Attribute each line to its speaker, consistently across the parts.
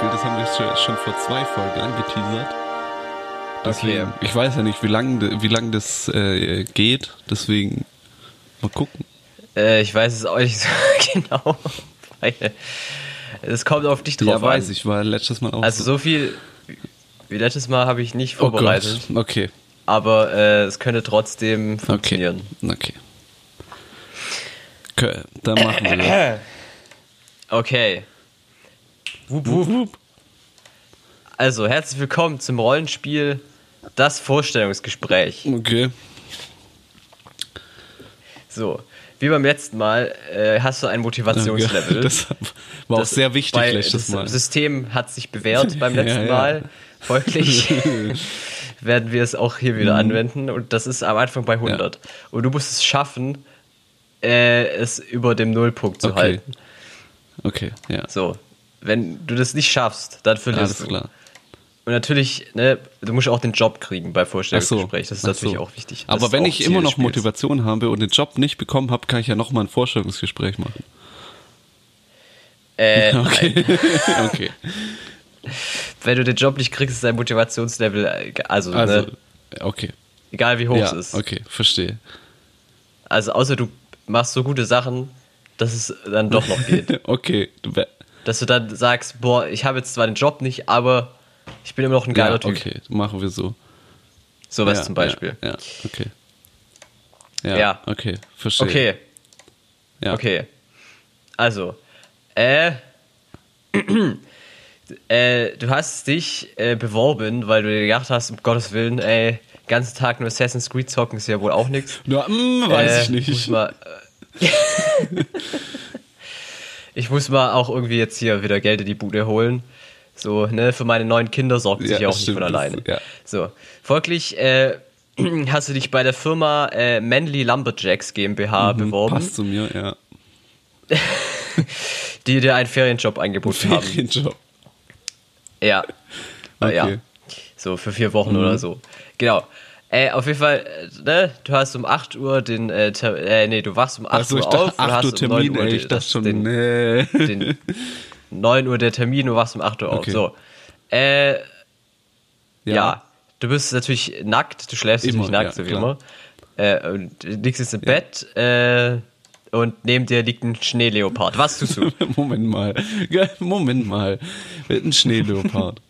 Speaker 1: schon, schon vor zwei Folgen angeteasert. Deswegen, okay. Ich weiß ja nicht, wie lange wie lang das äh, geht, deswegen mal gucken.
Speaker 2: Äh, ich weiß es auch nicht so genau. Es kommt auf dich drauf
Speaker 1: Ja, weiß
Speaker 2: an.
Speaker 1: ich, weil letztes Mal auch.
Speaker 2: Also so viel wie letztes Mal habe ich nicht vorbereitet.
Speaker 1: Oh Gott. Okay,
Speaker 2: aber äh, es könnte trotzdem
Speaker 1: okay.
Speaker 2: funktionieren.
Speaker 1: Okay. Okay, dann machen wir das.
Speaker 2: Okay. Wup, wup. Also, herzlich willkommen zum Rollenspiel Das Vorstellungsgespräch.
Speaker 1: Okay.
Speaker 2: So, wie beim letzten Mal äh, hast du ein Motivationslevel.
Speaker 1: Das war auch
Speaker 2: Das
Speaker 1: sehr wichtig
Speaker 2: bei-
Speaker 1: letztes
Speaker 2: das
Speaker 1: Mal.
Speaker 2: System hat sich bewährt beim
Speaker 1: Ja,
Speaker 2: letzten
Speaker 1: ja.
Speaker 2: Mal. Folglich werden wir es auch hier wieder
Speaker 1: Mhm.
Speaker 2: anwenden. Und das ist am Anfang bei 100. Und du musst es schaffen, äh, es über dem Nullpunkt zu
Speaker 1: Okay.
Speaker 2: halten.
Speaker 1: Okay, ja.
Speaker 2: So, wenn du das nicht schaffst, dann verlierst
Speaker 1: Alles
Speaker 2: du.
Speaker 1: klar.
Speaker 2: Und natürlich, ne, du musst auch den Job kriegen bei
Speaker 1: Ach so.
Speaker 2: Vorstellungsgespräch. Das ist
Speaker 1: Ach
Speaker 2: natürlich
Speaker 1: so.
Speaker 2: auch wichtig. Das
Speaker 1: Aber
Speaker 2: ist
Speaker 1: wenn
Speaker 2: auch
Speaker 1: ich
Speaker 2: Ziel
Speaker 1: immer
Speaker 2: des
Speaker 1: noch
Speaker 2: Spiels.
Speaker 1: Motivation habe und den Job nicht bekommen habe, kann ich ja nochmal ein Vorstellungsgespräch machen.
Speaker 2: Äh, Ne?
Speaker 1: Okay. okay.
Speaker 2: Wenn du den Job nicht kriegst, ist dein Motivationslevel, äh, also,
Speaker 1: Also,
Speaker 2: ne,
Speaker 1: okay.
Speaker 2: egal wie hoch
Speaker 1: Ja,
Speaker 2: es ist.
Speaker 1: okay, verstehe.
Speaker 2: Also außer du machst so gute Sachen, dass es dann doch noch geht.
Speaker 1: Okay. du wär-
Speaker 2: dass du dann sagst, boah, ich habe jetzt zwar den Job nicht, aber ich bin immer noch ein geiler
Speaker 1: Ja,
Speaker 2: Typ.
Speaker 1: okay, machen wir so.
Speaker 2: Sowas
Speaker 1: ja,
Speaker 2: zum Beispiel.
Speaker 1: Ja, ja okay. Ja,
Speaker 2: Ja.
Speaker 1: okay, verstehe.
Speaker 2: Okay,
Speaker 1: ja.
Speaker 2: okay. Also, äh, äh, du hast dich äh, beworben, weil du dir gedacht hast, um Gottes Willen, ey, den ganzen Tag nur Assassin's Creed zocken ist ja wohl auch nichts.
Speaker 1: Na, mm, weiß
Speaker 2: Äh,
Speaker 1: ich
Speaker 2: Muss
Speaker 1: nicht.
Speaker 2: mal, äh, ich muss mal auch irgendwie jetzt hier wieder Geld in die Bude holen. So, ne, für meine neuen Kinder sorgt
Speaker 1: Ja,
Speaker 2: sich ja auch
Speaker 1: das
Speaker 2: nicht von
Speaker 1: stimmt, das-
Speaker 2: alleine.
Speaker 1: ja.
Speaker 2: So, folglich äh, hast du dich bei der Firma äh, Manly Lumberjacks GmbH beworben,
Speaker 1: Mhm, Hm, Passt zu mir, ja.
Speaker 2: die dir einen Ferienjob angeboten haben.
Speaker 1: Ferienjob.
Speaker 2: Ja. äh,
Speaker 1: Okay. Mhm.
Speaker 2: Ja. So für vier Wochen oder so. Genau. Äh, auf jeden Fall, äh, ne, du hast um 8 Uhr den, äh, Ter- äh nee, du wachst um 8
Speaker 1: Achso,
Speaker 2: Uhr
Speaker 1: Also, ich
Speaker 2: auf
Speaker 1: dachte,
Speaker 2: und
Speaker 1: 8
Speaker 2: hast
Speaker 1: Uhr
Speaker 2: um 9
Speaker 1: Termin,
Speaker 2: Uhr
Speaker 1: ey,
Speaker 2: den-
Speaker 1: ich dachte
Speaker 2: das-
Speaker 1: schon,
Speaker 2: den,
Speaker 1: nee.
Speaker 2: den 9 Uhr der Termin, du wachst um 8 Uhr auf.
Speaker 1: Okay.
Speaker 2: So. Äh, ja.
Speaker 1: Ja.
Speaker 2: du bist natürlich nackt, du schläfst
Speaker 1: Immer,
Speaker 2: natürlich nackt,
Speaker 1: ja,
Speaker 2: so wie immer.
Speaker 1: klar.
Speaker 2: Äh, und du liegst jetzt im Bett äh, und neben dir liegt ein Schneeleopard. Was tust du?
Speaker 1: Moment mal. Ge- Moment mal. Ein Schneeleopard.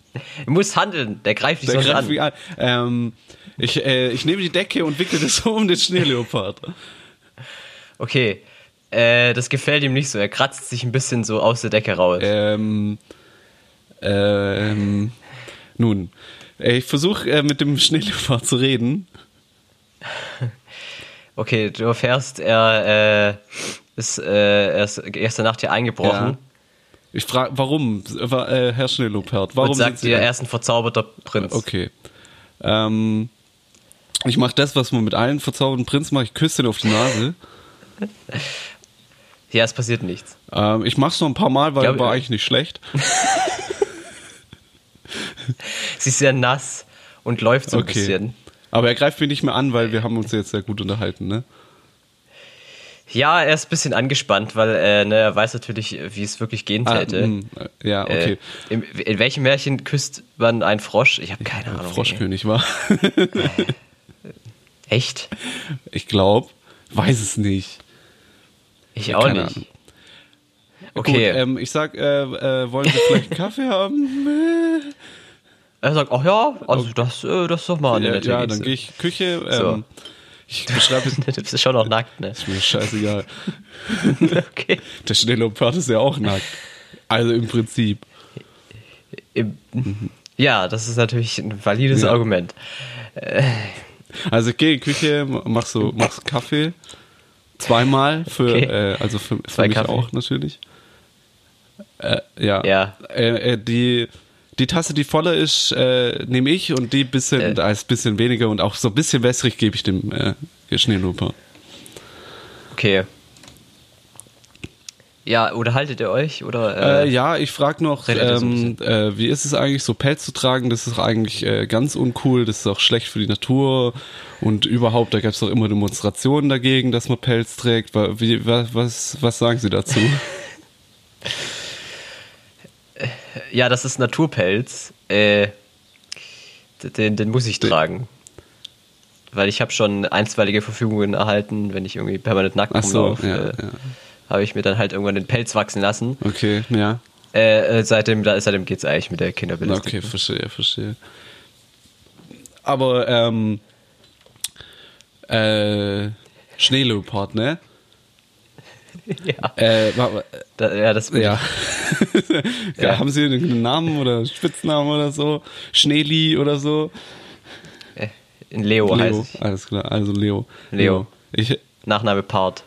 Speaker 2: du musst handeln, der greift dich
Speaker 1: Der
Speaker 2: sonst
Speaker 1: greift
Speaker 2: an.
Speaker 1: mich an. Ähm, ich, äh, ich nehme die Decke und wickel das so um den Schneeleopard.
Speaker 2: Okay. Äh, das gefällt ihm nicht so. Er kratzt sich ein bisschen so aus der Decke raus.
Speaker 1: Ähm, ähm, nun, äh, ich versuche äh, mit dem Schneeleopard zu reden.
Speaker 2: Okay, du erfährst, er äh, ist, äh, er ist gestern Nacht hier eingebrochen
Speaker 1: Ich frage, warum, äh, wa- äh, Herr Schneeleopard, warum
Speaker 2: und sagt
Speaker 1: sind
Speaker 2: dir,
Speaker 1: Sie-
Speaker 2: er ist ein verzauberter Prinz.
Speaker 1: Okay. Ähm, ich mache das, was man mit allen verzauberten Prinzen macht. Ich küsse den auf die Nase.
Speaker 2: Ja, es passiert nichts.
Speaker 1: ähm, ich äh, mache es noch ein paar Mal, weil
Speaker 2: Glaub-
Speaker 1: war eigentlich nicht schlecht.
Speaker 2: Sie ist sehr nass und läuft so ein
Speaker 1: Okay.
Speaker 2: bisschen.
Speaker 1: Aber er greift mich nicht mehr an, weil wir haben uns jetzt sehr gut unterhalten, ne?
Speaker 2: Ja, er ist ein bisschen angespannt, weil äh, ne, er weiß natürlich, wie es wirklich gehen
Speaker 1: Ah,
Speaker 2: täte.
Speaker 1: mh, äh, ja, okay.
Speaker 2: äh, in, in welchem Märchen küsst man einen Frosch? Ich habe keine Ahnung.
Speaker 1: Froschkönig war.
Speaker 2: ey. Echt?
Speaker 1: ich glaube, weiß es nicht.
Speaker 2: Ich auch
Speaker 1: keine
Speaker 2: nicht.
Speaker 1: Ahnung.
Speaker 2: Okay.
Speaker 1: Gut, ähm, ich sag, äh, äh, wollen Sie vielleicht einen Kaffee Äh, haben?
Speaker 2: Er sagt, ach ja, also das, äh, das ist doch mal
Speaker 1: Äh,
Speaker 2: eine
Speaker 1: ja,
Speaker 2: nette
Speaker 1: ja,
Speaker 2: Geste.
Speaker 1: dann gehe ich Küche. Ähm, Ich beschreibe es.
Speaker 2: Du bist schon noch nackt, ne?
Speaker 1: Mir scheißegal.
Speaker 2: Okay.
Speaker 1: Der Schneeleopard ist ja auch nackt. Also im Prinzip.
Speaker 2: Im, ja, das ist natürlich ein valides
Speaker 1: Mhm. Ja.
Speaker 2: Argument.
Speaker 1: Also ich gehe in die Küche, mach so, mach's Kaffee. Zweimal für,
Speaker 2: Okay.
Speaker 1: äh, also für, für
Speaker 2: Zwei
Speaker 1: mich
Speaker 2: Kaffee.
Speaker 1: auch natürlich. Äh, ja.
Speaker 2: Ja.
Speaker 1: Äh, äh, die, die Tasse, die voller ist, äh, nehme ich und die bisschen,
Speaker 2: Äh.
Speaker 1: als bisschen weniger und auch so ein bisschen wässrig gebe ich dem äh, Schneeloper.
Speaker 2: Okay. Ja, unterhaltet ihr euch? Oder,
Speaker 1: Äh,
Speaker 2: äh,
Speaker 1: ja, ich frage noch,
Speaker 2: redet ihr so
Speaker 1: ähm,
Speaker 2: ein
Speaker 1: äh, wie ist es eigentlich, so Pelz zu tragen? Das ist eigentlich äh, ganz uncool, das ist auch schlecht für die Natur und überhaupt, da gab es auch immer Demonstrationen dagegen, dass man Pelz trägt. Wa- Wie, wa- was, was sagen Sie dazu?
Speaker 2: ja, das ist Naturpelz. Äh, den, den muss ich tragen. Weil ich habe schon einstweilige Verfügungen erhalten, wenn ich irgendwie permanent nackt
Speaker 1: Ach so,
Speaker 2: rumlaufe.
Speaker 1: ja,
Speaker 2: äh,
Speaker 1: ja.
Speaker 2: Habe ich mir dann halt irgendwann den Pelz wachsen lassen.
Speaker 1: Okay, ja.
Speaker 2: Äh, äh, seitdem da, seitdem geht's eigentlich mit der Kinderbelastung.
Speaker 1: Okay, verstehe, verstehe. Aber, ähm, äh, Schneeleopard, ne?
Speaker 2: Ja,
Speaker 1: Äh, wa- wa-
Speaker 2: da, ja, das bin
Speaker 1: ja.
Speaker 2: ich.
Speaker 1: ja. Haben Sie einen Namen oder Spitznamen oder so? Schneeli oder so?
Speaker 2: Äh, in Leo,
Speaker 1: Leo,
Speaker 2: heißt ich.
Speaker 1: alles klar, also Leo.
Speaker 2: Leo.
Speaker 1: Ich,
Speaker 2: Nachname Part.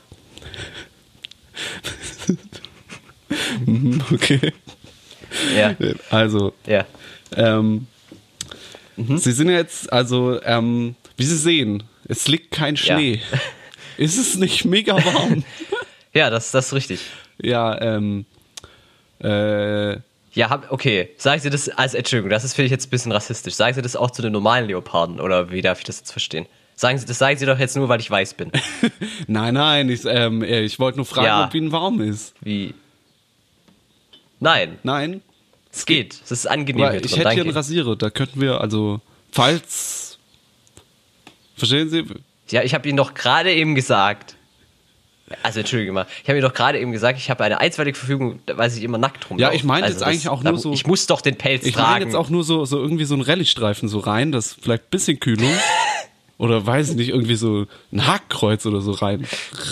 Speaker 1: Mhm, okay.
Speaker 2: Ja,
Speaker 1: Also,
Speaker 2: ja.
Speaker 1: ähm,
Speaker 2: Mhm.
Speaker 1: Sie sind jetzt, also, ähm, wie Sie sehen, es liegt kein Schnee. Ist es nicht mega warm?
Speaker 2: Ja, das, das ist richtig.
Speaker 1: ja, ähm, äh,
Speaker 2: Ja, hab, okay. Sagen Sie das als Entschuldigung, das ist finde ich jetzt ein bisschen rassistisch. Sagen Sie das auch zu den normalen Leoparden oder wie darf ich das jetzt verstehen? Sagen Sie, das sagen Sie doch jetzt nur, weil ich weiß bin.
Speaker 1: nein, nein, ich, ähm, ich wollte nur fragen,
Speaker 2: Ja.
Speaker 1: ob Ihnen warm ist.
Speaker 2: Wie? Nein,
Speaker 1: Nein?
Speaker 2: es geht. Es ist angenehm
Speaker 1: Weil
Speaker 2: hier
Speaker 1: ich
Speaker 2: drin.
Speaker 1: hätte hier einen
Speaker 2: Danke.
Speaker 1: Rasierer, da könnten wir, also, falls, verstehen Sie?
Speaker 2: Ja, ich habe Ihnen doch gerade eben gesagt. Also entschuldige mal, ich habe Ihnen doch gerade eben gesagt, ich habe eine einstweilige Verfügung, weil ich immer nackt rumlaufe.
Speaker 1: Ja, ich meinte
Speaker 2: also
Speaker 1: jetzt
Speaker 2: das-
Speaker 1: eigentlich auch
Speaker 2: da-
Speaker 1: nur so-
Speaker 2: Ich muss doch den Pelz
Speaker 1: Ich
Speaker 2: tragen.
Speaker 1: meine jetzt auch nur so, so irgendwie so einen Rallye-Streifen so rein, das vielleicht ein bisschen Kühlung. oder weiß nicht, irgendwie so ein Hackkreuz oder so rein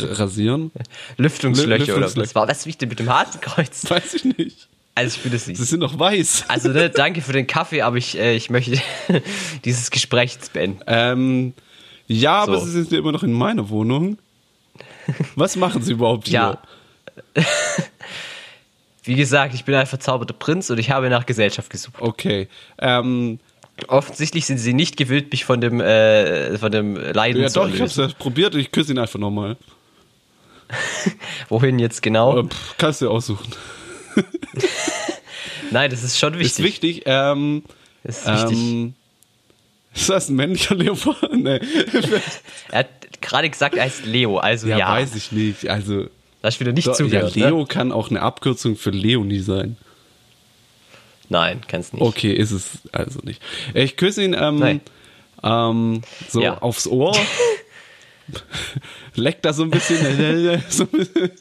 Speaker 1: r- rasieren.
Speaker 2: Lüftungslöcher,
Speaker 1: Lü-
Speaker 2: oder
Speaker 1: Lüftungslöcher.
Speaker 2: was war das wichtig mit dem Hakenkreuz?
Speaker 1: Weiß ich nicht.
Speaker 2: Also ich will das nicht.
Speaker 1: Sie sind doch weiß.
Speaker 2: Also ne, danke für den Kaffee, aber ich, äh, ich möchte dieses Gespräch jetzt beenden.
Speaker 1: Ähm, ja, aber
Speaker 2: So.
Speaker 1: Sie sind ja immer noch in meiner Wohnung. Was machen Sie überhaupt hier?
Speaker 2: Ja.
Speaker 1: Genau.
Speaker 2: Wie gesagt, ich bin ein verzauberter Prinz und ich habe nach Gesellschaft gesucht.
Speaker 1: Okay. Ähm,
Speaker 2: Offensichtlich sind sie nicht gewillt, mich von dem, äh, von dem Leiden
Speaker 1: ja,
Speaker 2: zu
Speaker 1: doch, ich hab's
Speaker 2: erlösen.
Speaker 1: ja probiert. Ich küsse ihn einfach nochmal. Äh,
Speaker 2: Wohin jetzt genau?
Speaker 1: Pff, Kannst du dir aussuchen.
Speaker 2: Nein, das ist schon
Speaker 1: Ist
Speaker 2: wichtig.
Speaker 1: wichtig. Ähm,
Speaker 2: Ist wichtig.
Speaker 1: Ähm, ist das ein männlicher Leopard? Nee.
Speaker 2: Er hat gerade gesagt, er heißt Leo, also
Speaker 1: Ja,
Speaker 2: ja.
Speaker 1: weiß ich nicht. Also,
Speaker 2: Da hast du wieder nicht
Speaker 1: doch, ja,
Speaker 2: zugehört.
Speaker 1: Leo
Speaker 2: Ne?
Speaker 1: kann auch eine Abkürzung für Leonie sein.
Speaker 2: Nein, kannst nicht.
Speaker 1: Okay, ist es also nicht. Ich küsse ihn ähm,
Speaker 2: Nein.
Speaker 1: ähm, so
Speaker 2: Ja.
Speaker 1: aufs Ohr. Leckt da so ein bisschen. so ein bisschen.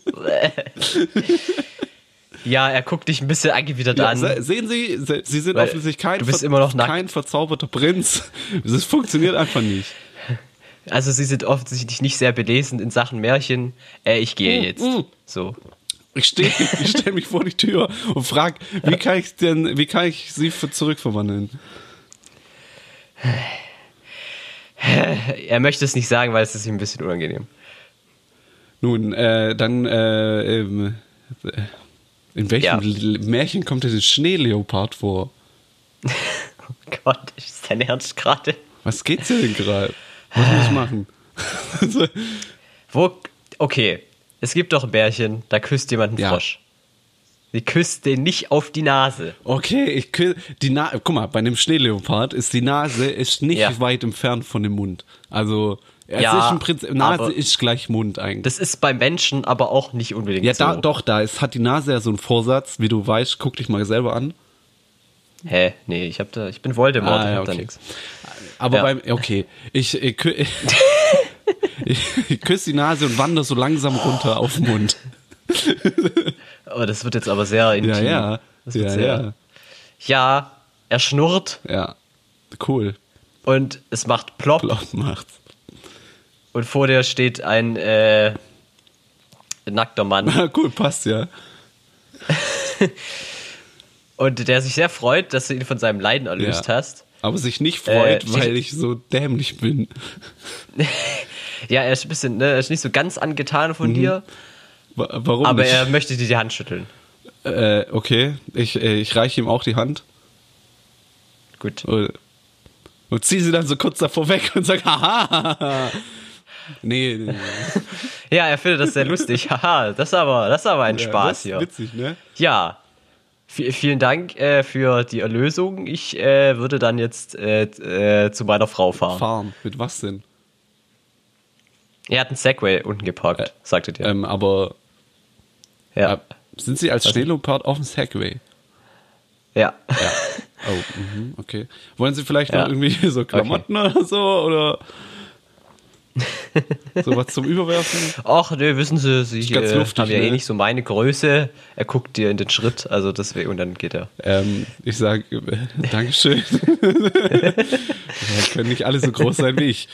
Speaker 2: Ja, er guckt dich ein bisschen angewidert
Speaker 1: Ja,
Speaker 2: an.
Speaker 1: se- sehen Sie, se- Sie sind
Speaker 2: Weil
Speaker 1: offensichtlich kein,
Speaker 2: du bist
Speaker 1: ver-
Speaker 2: immer noch nackt.
Speaker 1: kein verzauberter Prinz. Das funktioniert einfach nicht.
Speaker 2: Also sie sind offensichtlich nicht sehr belesen in Sachen Märchen. Äh, ich gehe jetzt.
Speaker 1: mm.
Speaker 2: So.
Speaker 1: Ich stehe ich stell mich vor die Tür und frage, wie kann ich denn, wie kann ich sie für zurückverwandeln?
Speaker 2: Er möchte es nicht sagen, weil es ist ihm ein bisschen unangenehm.
Speaker 1: Nun, äh, dann, äh, ähm, äh, in welchem
Speaker 2: Ja.
Speaker 1: L- Märchen kommt denn der Schneeleopard vor?
Speaker 2: Oh Gott, ist dein Ernst gerade?
Speaker 1: Was geht's hier denn gerade? Was muss ich machen? Also,
Speaker 2: Wo. Okay, es gibt doch ein Bärchen, da küsst jemand einen
Speaker 1: Ja.
Speaker 2: Frosch. Sie küsst den nicht auf die Nase.
Speaker 1: okay, ich kü- die Na guck mal, bei einem Schneeleopard ist die Nase ist nicht
Speaker 2: Ja.
Speaker 1: weit entfernt von dem Mund. Also, es
Speaker 2: Ja,
Speaker 1: ist im Prinzip, Nase
Speaker 2: aber-
Speaker 1: ist gleich Mund eigentlich.
Speaker 2: Das ist beim Menschen aber auch nicht unbedingt
Speaker 1: ja,
Speaker 2: so.
Speaker 1: da, doch, da ist, hat die Nase ja so einen Vorsatz, wie du weißt, guck dich mal selber an.
Speaker 2: Hä? Nee, ich, hab da, ich bin Voldemort,
Speaker 1: Ah,
Speaker 2: ich
Speaker 1: ja,
Speaker 2: hab da
Speaker 1: okay.
Speaker 2: nichts.
Speaker 1: Aber
Speaker 2: Ja.
Speaker 1: beim, okay, ich, ich, kü- ich, ich küsse die Nase und wandere so langsam runter auf den Mund.
Speaker 2: Oh, das wird jetzt aber sehr intim.
Speaker 1: Ja, ja.
Speaker 2: Das wird
Speaker 1: Ja,
Speaker 2: sehr,
Speaker 1: ja,
Speaker 2: ja, er schnurrt
Speaker 1: ja. Cool.
Speaker 2: und es macht plopp.
Speaker 1: Laut macht's.
Speaker 2: Und vor dir steht ein äh, nackter Mann.
Speaker 1: Ah, cool, passt ja.
Speaker 2: Und der sich sehr freut, dass du ihn von seinem Leiden erlöst
Speaker 1: Ja.
Speaker 2: hast.
Speaker 1: Aber sich nicht freut,
Speaker 2: Äh, sich-
Speaker 1: weil ich so dämlich bin.
Speaker 2: Ja, er ist ein bisschen, ne, er ist nicht so ganz angetan
Speaker 1: Mhm.
Speaker 2: von dir,
Speaker 1: Wa- Warum
Speaker 2: aber
Speaker 1: nicht?
Speaker 2: er möchte dir die Hand schütteln.
Speaker 1: äh, okay, ich, äh, ich reiche ihm auch die Hand
Speaker 2: Gut.
Speaker 1: und, und ziehe sie dann so kurz davor weg und sage, haha. Nee, nee, nee.
Speaker 2: Ja, er findet das sehr lustig. Haha, das ist aber, das ist aber ein
Speaker 1: Ja, das
Speaker 2: Spaß
Speaker 1: ist
Speaker 2: hier.
Speaker 1: Witzig, ne?
Speaker 2: Ja. V vielen Dank äh, für die Erlösung. Ich äh, würde dann jetzt äh, äh, zu meiner Frau fahren.
Speaker 1: Farm, mit was denn?
Speaker 2: er hat einen Segway unten geparkt, sagte der.
Speaker 1: Äh, Ähm, aber
Speaker 2: ja.
Speaker 1: Äh, Sind sie als Schneeleopard auf dem Segway?
Speaker 2: Ja.
Speaker 1: Ja. Oh, mhm, okay. Wollen Sie vielleicht noch irgendwie so Klamotten oder so? Oder so was zum Überwerfen?
Speaker 2: Ach, ne, wissen Sie, Sie
Speaker 1: Ist ganz
Speaker 2: äh,
Speaker 1: luftig,
Speaker 2: haben ja eh
Speaker 1: ne?
Speaker 2: nicht so meine Größe. Er guckt dir in den Schritt, also deswegen, und dann geht er.
Speaker 1: Ähm, ich sage, äh, Dankeschön. Wir können nicht alle so groß sein wie ich.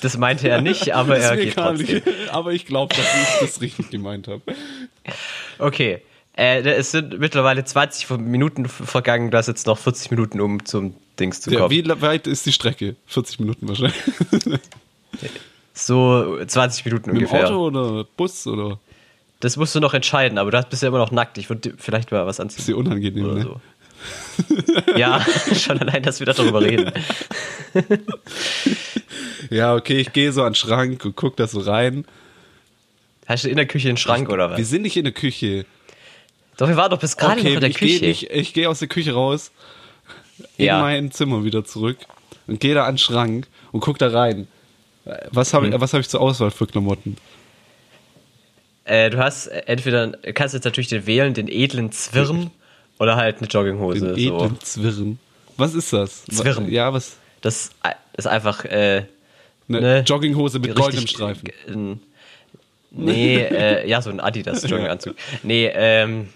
Speaker 2: Das meinte er nicht, aber
Speaker 1: Ist
Speaker 2: er
Speaker 1: mir
Speaker 2: geht
Speaker 1: egal.
Speaker 2: trotzdem.
Speaker 1: aber ich glaube, dass ich das richtig gemeint habe.
Speaker 2: Okay. Äh, es sind mittlerweile 20 Minuten vergangen, du hast jetzt noch 40 Minuten, um zum Dings zu
Speaker 1: Ja,
Speaker 2: kommen.
Speaker 1: wie weit ist die Strecke? 40 Minuten wahrscheinlich.
Speaker 2: so 20 Minuten
Speaker 1: Mit dem
Speaker 2: ungefähr.
Speaker 1: Auto oder Bus oder?
Speaker 2: Das musst du noch entscheiden, aber du hast- bist ja immer noch nackt. Ich würde dir vielleicht mal
Speaker 1: Ist
Speaker 2: was
Speaker 1: dir
Speaker 2: anziehen.
Speaker 1: unangenehm,
Speaker 2: Oder
Speaker 1: ne?
Speaker 2: so. ja, schon allein, dass wir darüber reden.
Speaker 1: Ja, okay, ich gehe so an den Schrank und guck da so rein.
Speaker 2: Hast du in der Küche einen Schrank oder
Speaker 1: Wir
Speaker 2: was?
Speaker 1: sind nicht in der Küche.
Speaker 2: Doch, wir waren doch bis gerade noch in der
Speaker 1: ich
Speaker 2: Küche.
Speaker 1: gehe nicht- ich gehe aus der Küche raus, in
Speaker 2: Ja.
Speaker 1: mein Zimmer wieder zurück und gehe da an den Schrank und guck da rein. Was
Speaker 2: Mhm.
Speaker 1: habe ich, was hab ich zur Auswahl für Klamotten?
Speaker 2: Äh, du hast entweder, kannst jetzt natürlich den wählen, den edlen Zwirn oder halt eine
Speaker 1: Den
Speaker 2: Jogginghose. so.
Speaker 1: edlen Zwirren. Was ist das?
Speaker 2: Zwirren.
Speaker 1: Ja, was?
Speaker 2: Das ist einfach äh,
Speaker 1: Eine
Speaker 2: Ne.
Speaker 1: Jogginghose mit goldenem
Speaker 2: richtig-
Speaker 1: Streifen.
Speaker 2: Ein, nee, äh, ja, so ein Adidas Jogginganzug. Nee, ähm,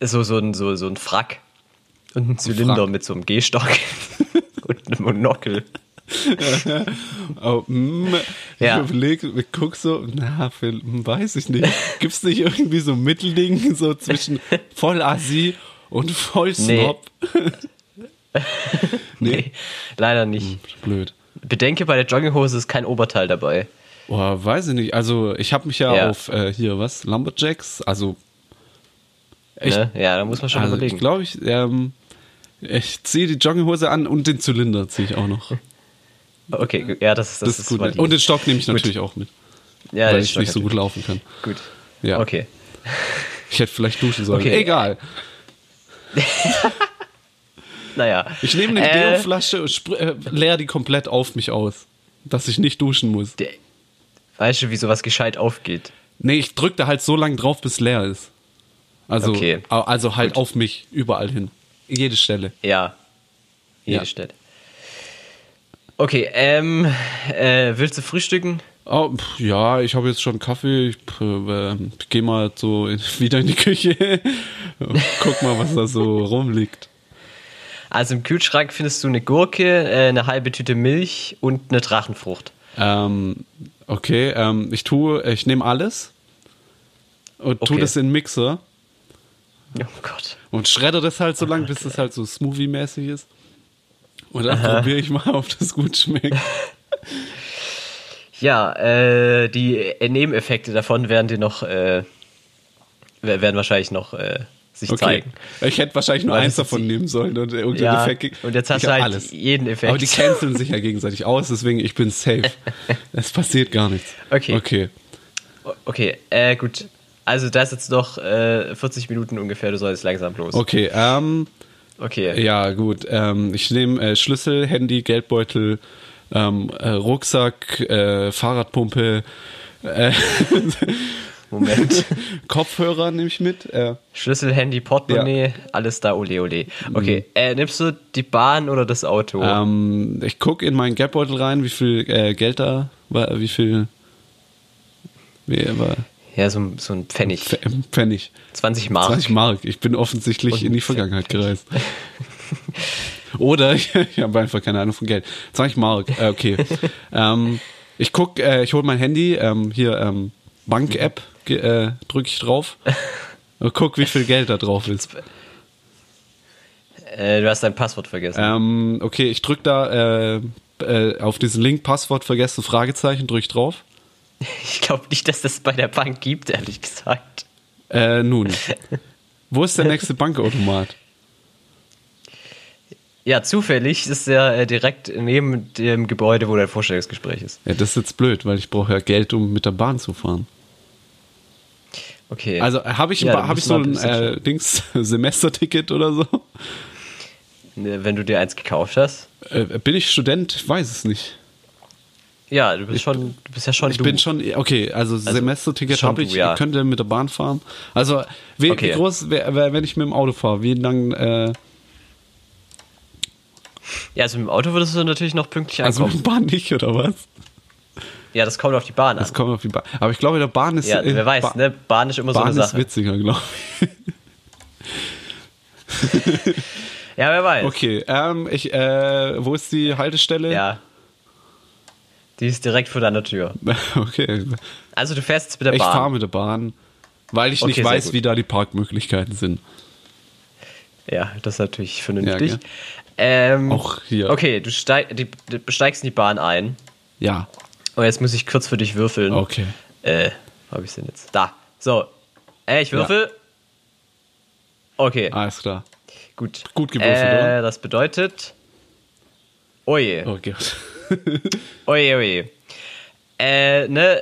Speaker 2: so, so, ein, so, so ein Frack und ein Zylinder
Speaker 1: Frack.
Speaker 2: mit so einem Gehstock und einem Monokel.
Speaker 1: Oh, mm,
Speaker 2: Ja.
Speaker 1: Ich überlege, ich guck so, na, für, hm, weiß ich nicht. Gibt's nicht irgendwie so ein Mittelding so zwischen voll Assi und voll Snob?
Speaker 2: Nee, leider nicht.
Speaker 1: Hm, Blöd.
Speaker 2: Bedenke, bei der Jogginghose ist kein Oberteil dabei.
Speaker 1: Boah, weiß ich nicht. Also, ich habe mich ja,
Speaker 2: Ja.
Speaker 1: auf äh, hier, was? Lumberjacks? Also, Ich-
Speaker 2: ne? Ja, da muss man schon
Speaker 1: also ich
Speaker 2: überlegen.
Speaker 1: glaube, ich, ähm, ich ziehe die Jogginghose an und den Zylinder ziehe ich auch noch. Das,
Speaker 2: okay, gu- ja, das, das, das
Speaker 1: ist gut.
Speaker 2: valide.
Speaker 1: Und den Stock nehme ich
Speaker 2: Gut.
Speaker 1: natürlich auch mit,
Speaker 2: ja,
Speaker 1: weil
Speaker 2: der
Speaker 1: ich
Speaker 2: Stock
Speaker 1: nicht so
Speaker 2: natürlich.
Speaker 1: gut laufen kann.
Speaker 2: Gut.
Speaker 1: Ja.
Speaker 2: Okay.
Speaker 1: Ich hätte vielleicht duschen sollen.
Speaker 2: Okay.
Speaker 1: Egal.
Speaker 2: Naja.
Speaker 1: Ich nehme eine
Speaker 2: Äh,
Speaker 1: Deo-Flasche und spr- äh, leer die komplett auf mich aus, dass ich nicht duschen muss.
Speaker 2: der- Weißt du, wie sowas gescheit aufgeht?
Speaker 1: Nee, ich drücke da halt so lange drauf, bis leer ist. Also,
Speaker 2: Okay.
Speaker 1: a- also halt auf mich, überall hin. Jede Stelle.
Speaker 2: Ja. Jede
Speaker 1: Ja.
Speaker 2: Stadt. Okay, ähm, äh, willst du frühstücken?
Speaker 1: Oh, pf, ja, ich habe jetzt schon Kaffee. Ich, pf, ähm, ich gehe mal so in, wieder in die Küche. Guck mal, was da so rumliegt.
Speaker 2: Also im Kühlschrank findest du eine Gurke, äh, eine halbe Tüte Milch und eine Drachenfrucht.
Speaker 1: Ähm, okay, ähm, ich tue, ich nehme alles und tue
Speaker 2: Okay.
Speaker 1: das in den Mixer
Speaker 2: Oh Gott.
Speaker 1: und schredder das halt so
Speaker 2: Ah,
Speaker 1: lang, bis das halt so Smoothie-mäßig ist. Und dann probiere ich mal, ob das gut schmeckt.
Speaker 2: Ja, äh, die Nebeneffekte davon werden dir noch, äh, wer- werden wahrscheinlich noch äh, sich
Speaker 1: Okay.
Speaker 2: zeigen.
Speaker 1: Ich hätte wahrscheinlich nur
Speaker 2: Weil
Speaker 1: eins
Speaker 2: das ist
Speaker 1: davon
Speaker 2: die-
Speaker 1: nehmen sollen und irgendeinen
Speaker 2: Ja,
Speaker 1: Effekt.
Speaker 2: und jetzt hast
Speaker 1: Ich
Speaker 2: du
Speaker 1: hab
Speaker 2: halt
Speaker 1: alles.
Speaker 2: jeden Effekt.
Speaker 1: Aber die canceln sich ja gegenseitig aus, deswegen ich bin safe. es passiert gar nichts.
Speaker 2: Okay.
Speaker 1: Okay.
Speaker 2: O- Okay, äh, gut. Also da ist jetzt noch äh, 40 Minuten ungefähr, du sollst langsam los.
Speaker 1: Okay, ähm,
Speaker 2: Okay.
Speaker 1: ja, gut. Ähm, ich nehme äh, Schlüssel, Handy, Geldbeutel, ähm, äh, Rucksack, äh, Fahrradpumpe, äh,
Speaker 2: Moment.
Speaker 1: Kopfhörer nehme ich mit. Äh,
Speaker 2: Schlüssel, Handy, Portemonnaie, alles da, ole, ole.
Speaker 1: Mhm.
Speaker 2: Okay, äh, nimmst du die Bahn oder das Auto?
Speaker 1: ähm, ich gucke in meinen Geldbeutel rein, wie viel äh, Geld da war, wie viel. Wie war?
Speaker 2: Ja, so, ein- so ein Pfennig.
Speaker 1: Pf- Pfennig.
Speaker 2: 20 Mark.
Speaker 1: 20 Mark. Ich bin offensichtlich in die Vergangenheit gereist. Oder ich, habe einfach keine Ahnung von Geld. 20 Mark, äh, okay. ähm, ich guck, äh, ich hole mein Handy, ähm, hier ähm, Bank-App ge- äh, drücke ich drauf und guck, wie viel Geld da drauf ist.
Speaker 2: Äh, du hast dein Passwort vergessen.
Speaker 1: Ähm, okay, ich drücke da äh, äh, auf diesen Link Passwort vergessen, Fragezeichen, drücke ich drauf.
Speaker 2: Ich glaube nicht, dass das bei der Bank gibt, ehrlich gesagt.
Speaker 1: Äh, nun, wo ist der nächste Bankautomat?
Speaker 2: Ja, zufällig ist er äh, direkt neben dem Gebäude, wo dein Vorstellungsgespräch ist.
Speaker 1: Ja, das ist jetzt blöd, weil ich brauche ja Geld, um mit der Bahn zu fahren.
Speaker 2: Okay.
Speaker 1: Also habe ich, ein
Speaker 2: Ja,
Speaker 1: Ba-
Speaker 2: dann
Speaker 1: hab ich
Speaker 2: müssen
Speaker 1: so
Speaker 2: wir
Speaker 1: ein
Speaker 2: ein bisschen
Speaker 1: äh, Dings, Semesterticket oder so?
Speaker 2: Ne, Wenn du dir eins gekauft hast.
Speaker 1: Äh, bin ich Student? Ich Weiß es nicht.
Speaker 2: Ja, du bist schon, du bist ja schon
Speaker 1: Ich
Speaker 2: du.
Speaker 1: bin schon, okay, also, Semesterticket
Speaker 2: schon
Speaker 1: habe ich,
Speaker 2: du, ja.
Speaker 1: ich könnte mit der Bahn fahren. Also, wie,
Speaker 2: Okay.
Speaker 1: wie groß, wär, wär, wenn ich mit dem Auto fahre, wie lang, äh,
Speaker 2: ja, also mit dem Auto würdest du natürlich noch pünktlich
Speaker 1: also
Speaker 2: ankommen.
Speaker 1: mit der Bahn nicht, oder was?
Speaker 2: ja, das kommt auf die Bahn an.
Speaker 1: Das kommt auf die Bahn. Aber ich glaube, der Bahn ist,
Speaker 2: Ja,
Speaker 1: äh,
Speaker 2: wer weiß,
Speaker 1: Ba-
Speaker 2: ne? Bahn ist immer
Speaker 1: Bahn
Speaker 2: so eine
Speaker 1: ist
Speaker 2: Sache.
Speaker 1: witziger, glaube ich.
Speaker 2: Ja, wer weiß.
Speaker 1: Okay, ähm, ich, äh, wo ist die Haltestelle?
Speaker 2: Ja. Die ist direkt vor deiner Tür.
Speaker 1: Okay,
Speaker 2: Also du fährst jetzt mit der
Speaker 1: ich fahre
Speaker 2: Bahn.
Speaker 1: mit der Bahn, weil ich
Speaker 2: Okay,
Speaker 1: nicht
Speaker 2: sehr
Speaker 1: weiß,
Speaker 2: gut.
Speaker 1: wie da die Parkmöglichkeiten sind.
Speaker 2: Ja, das ist natürlich vernünftig.
Speaker 1: Ja, gell?
Speaker 2: ähm,
Speaker 1: Auch hier.
Speaker 2: Okay, du, steig, die, du besteigst in die Bahn ein.
Speaker 1: Ja,
Speaker 2: Und jetzt muss ich kurz für dich würfeln.
Speaker 1: okay.
Speaker 2: Äh, wo hab ich denn jetzt? Da. So. Äh, ich würfel. Okay,
Speaker 1: Alles klar.
Speaker 2: gut.
Speaker 1: Ah. gut gewürfelt,
Speaker 2: äh,
Speaker 1: oder?
Speaker 2: Das bedeutet. oh Oje.
Speaker 1: Okay.
Speaker 2: Oje, oje. Äh, ne,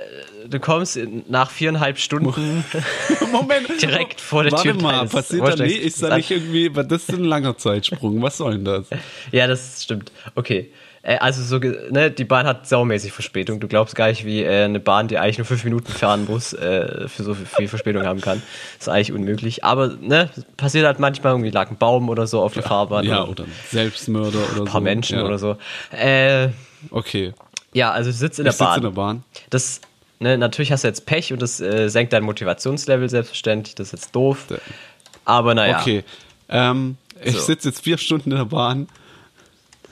Speaker 2: du kommst in, nach viereinhalb Stunden
Speaker 1: Moment.
Speaker 2: Direkt vor der
Speaker 1: Warte
Speaker 2: Tür
Speaker 1: mal,
Speaker 2: deines
Speaker 1: passiert da nicht, ist da
Speaker 2: Vorstellungs-
Speaker 1: nicht irgendwie, weil das ist ein langer Zeitsprung. Was soll denn das?
Speaker 2: Ja, das stimmt. Okay. Äh, Also so, ge- ne, die Bahn hat saumäßig Verspätung. Du glaubst gar nicht, wie äh, eine Bahn, die eigentlich nur fünf Minuten fahren muss, äh, für so viel Verspätung haben kann. Ist eigentlich unmöglich. Aber ne, passiert halt manchmal irgendwie lag ein Baum oder so auf der Fahrbahn.
Speaker 1: Ja,
Speaker 2: oder
Speaker 1: oder ein Selbstmörder oder so.
Speaker 2: ein paar Menschen
Speaker 1: ja.
Speaker 2: oder so. Äh,
Speaker 1: Okay.
Speaker 2: ja, also du sitzt in
Speaker 1: Ich
Speaker 2: der
Speaker 1: sitze
Speaker 2: Bahn.
Speaker 1: in der Bahn.
Speaker 2: Das, ne, natürlich hast du jetzt Pech und das äh, senkt dein Motivationslevel selbstverständlich. Das ist jetzt doof. Aber naja.
Speaker 1: Okay. Ähm, ich
Speaker 2: So.
Speaker 1: sitze jetzt vier Stunden in der Bahn.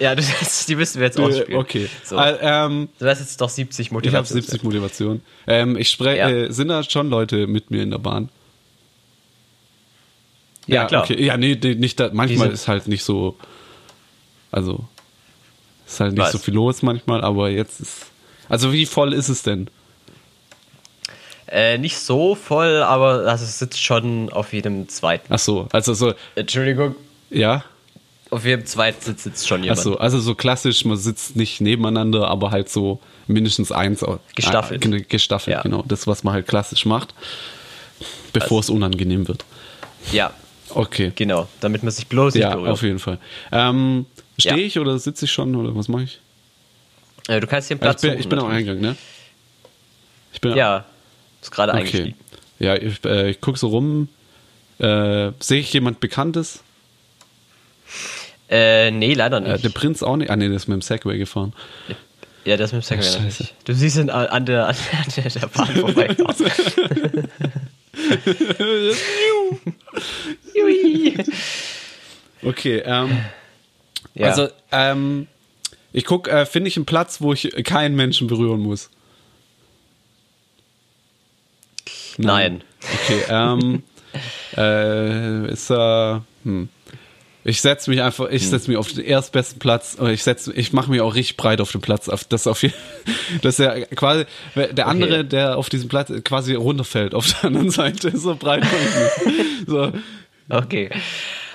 Speaker 2: Ja, das, die müssen wir jetzt
Speaker 1: Äh,
Speaker 2: ausspielen.
Speaker 1: okay.
Speaker 2: So.
Speaker 1: Äh, ähm,
Speaker 2: Du hast jetzt doch 70
Speaker 1: ich habe
Speaker 2: Motivation.
Speaker 1: 70 Motivation. Ähm, ich spre
Speaker 2: Ja.
Speaker 1: äh, sind da schon Leute mit mir in der Bahn?
Speaker 2: Ja, klar.
Speaker 1: Okay. Ja, nee, nee nicht da, manchmal
Speaker 2: sind-
Speaker 1: ist halt nicht so. Also. Ist halt nicht
Speaker 2: Weiß.
Speaker 1: so viel los manchmal, aber jetzt ist. Also, wie voll ist es denn?
Speaker 2: Äh, nicht so voll, aber also es sitzt schon auf jedem zweiten.
Speaker 1: Ach so, also so,
Speaker 2: Entschuldigung.
Speaker 1: ja.
Speaker 2: Auf jedem zweiten sitzt jetzt schon
Speaker 1: Ach
Speaker 2: jemand.
Speaker 1: so, also so klassisch, man sitzt nicht nebeneinander, aber halt so mindestens eins. au-
Speaker 2: Gestaffelt.
Speaker 1: äh, gestaffelt,
Speaker 2: Ja.
Speaker 1: genau. Das, was man halt klassisch macht, bevor
Speaker 2: Also
Speaker 1: es unangenehm wird.
Speaker 2: Ja,
Speaker 1: Okay.
Speaker 2: genau. Damit man sich bloß nicht
Speaker 1: Ja, auf
Speaker 2: berührt.
Speaker 1: jeden Fall. Ähm, Stehe
Speaker 2: Ja.
Speaker 1: ich oder sitze ich schon oder was mache ich?
Speaker 2: Äh, du kannst hier einen
Speaker 1: Ah, Ich
Speaker 2: Platz
Speaker 1: bin, ich
Speaker 2: suchen,
Speaker 1: bin am
Speaker 2: natürlich.
Speaker 1: Eingang, ne? Ich bin
Speaker 2: Ja, ist gerade
Speaker 1: okay.
Speaker 2: eingestiegen.
Speaker 1: Ja, ich, äh, ich gucke so rum. Äh, Sehe ich jemand Bekanntes?
Speaker 2: Äh, nee, leider
Speaker 1: Äh,
Speaker 2: nicht.
Speaker 1: der Prinz auch nicht. Ah, nee, der ist mit dem Segway gefahren.
Speaker 2: ja, das mit dem Segway
Speaker 1: Scheiße.
Speaker 2: natürlich. Du siehst ihn an an der, an der, der Bahn vorbeifahren. Jui.
Speaker 1: Okay, ähm,
Speaker 2: ja.
Speaker 1: also ähm, ich gucke, äh, finde ich einen Platz, wo ich keinen Menschen berühren muss?
Speaker 2: Nein.
Speaker 1: Okay, ähm, äh, ist da, hm. Ich setze mich einfach, ich setze mich auf den erstbesten Platz und ich setze, ich mache mich auch richtig breit auf den Platz, auf das auf jeden, dass der quasi der andere, der auf diesem Platz quasi runterfällt auf der anderen Seite, so breit. mache ich mich. so,
Speaker 2: ähm, Okay.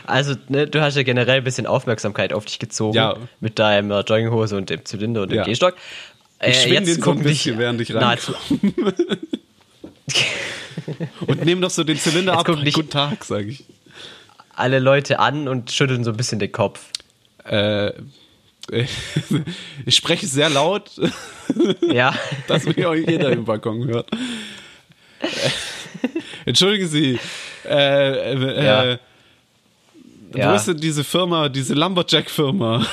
Speaker 2: Also, ne, du hast ja generell ein bisschen Aufmerksamkeit auf dich gezogen.
Speaker 1: Ja.
Speaker 2: Mit deiner Jogginghose und dem Zylinder und dem
Speaker 1: Ja.
Speaker 2: Gehstock. Äh,
Speaker 1: ich schwing den so ein
Speaker 2: gucken dich
Speaker 1: bisschen, während ich
Speaker 2: nahezu-
Speaker 1: reinkomme und nehme noch so den Zylinder
Speaker 2: Jetzt
Speaker 1: ab.
Speaker 2: guck dich-
Speaker 1: Guten Tag, sage ich.
Speaker 2: alle Leute an und schütteln so ein bisschen den Kopf.
Speaker 1: Äh, ich spreche sehr laut,
Speaker 2: Ja.
Speaker 1: dass mich auch jeder im Balkon hört. Äh, Entschuldigen Sie, äh, äh,
Speaker 2: Ja.
Speaker 1: äh,
Speaker 2: ja.
Speaker 1: wo ist denn diese Firma, diese Lumberjack-Firma?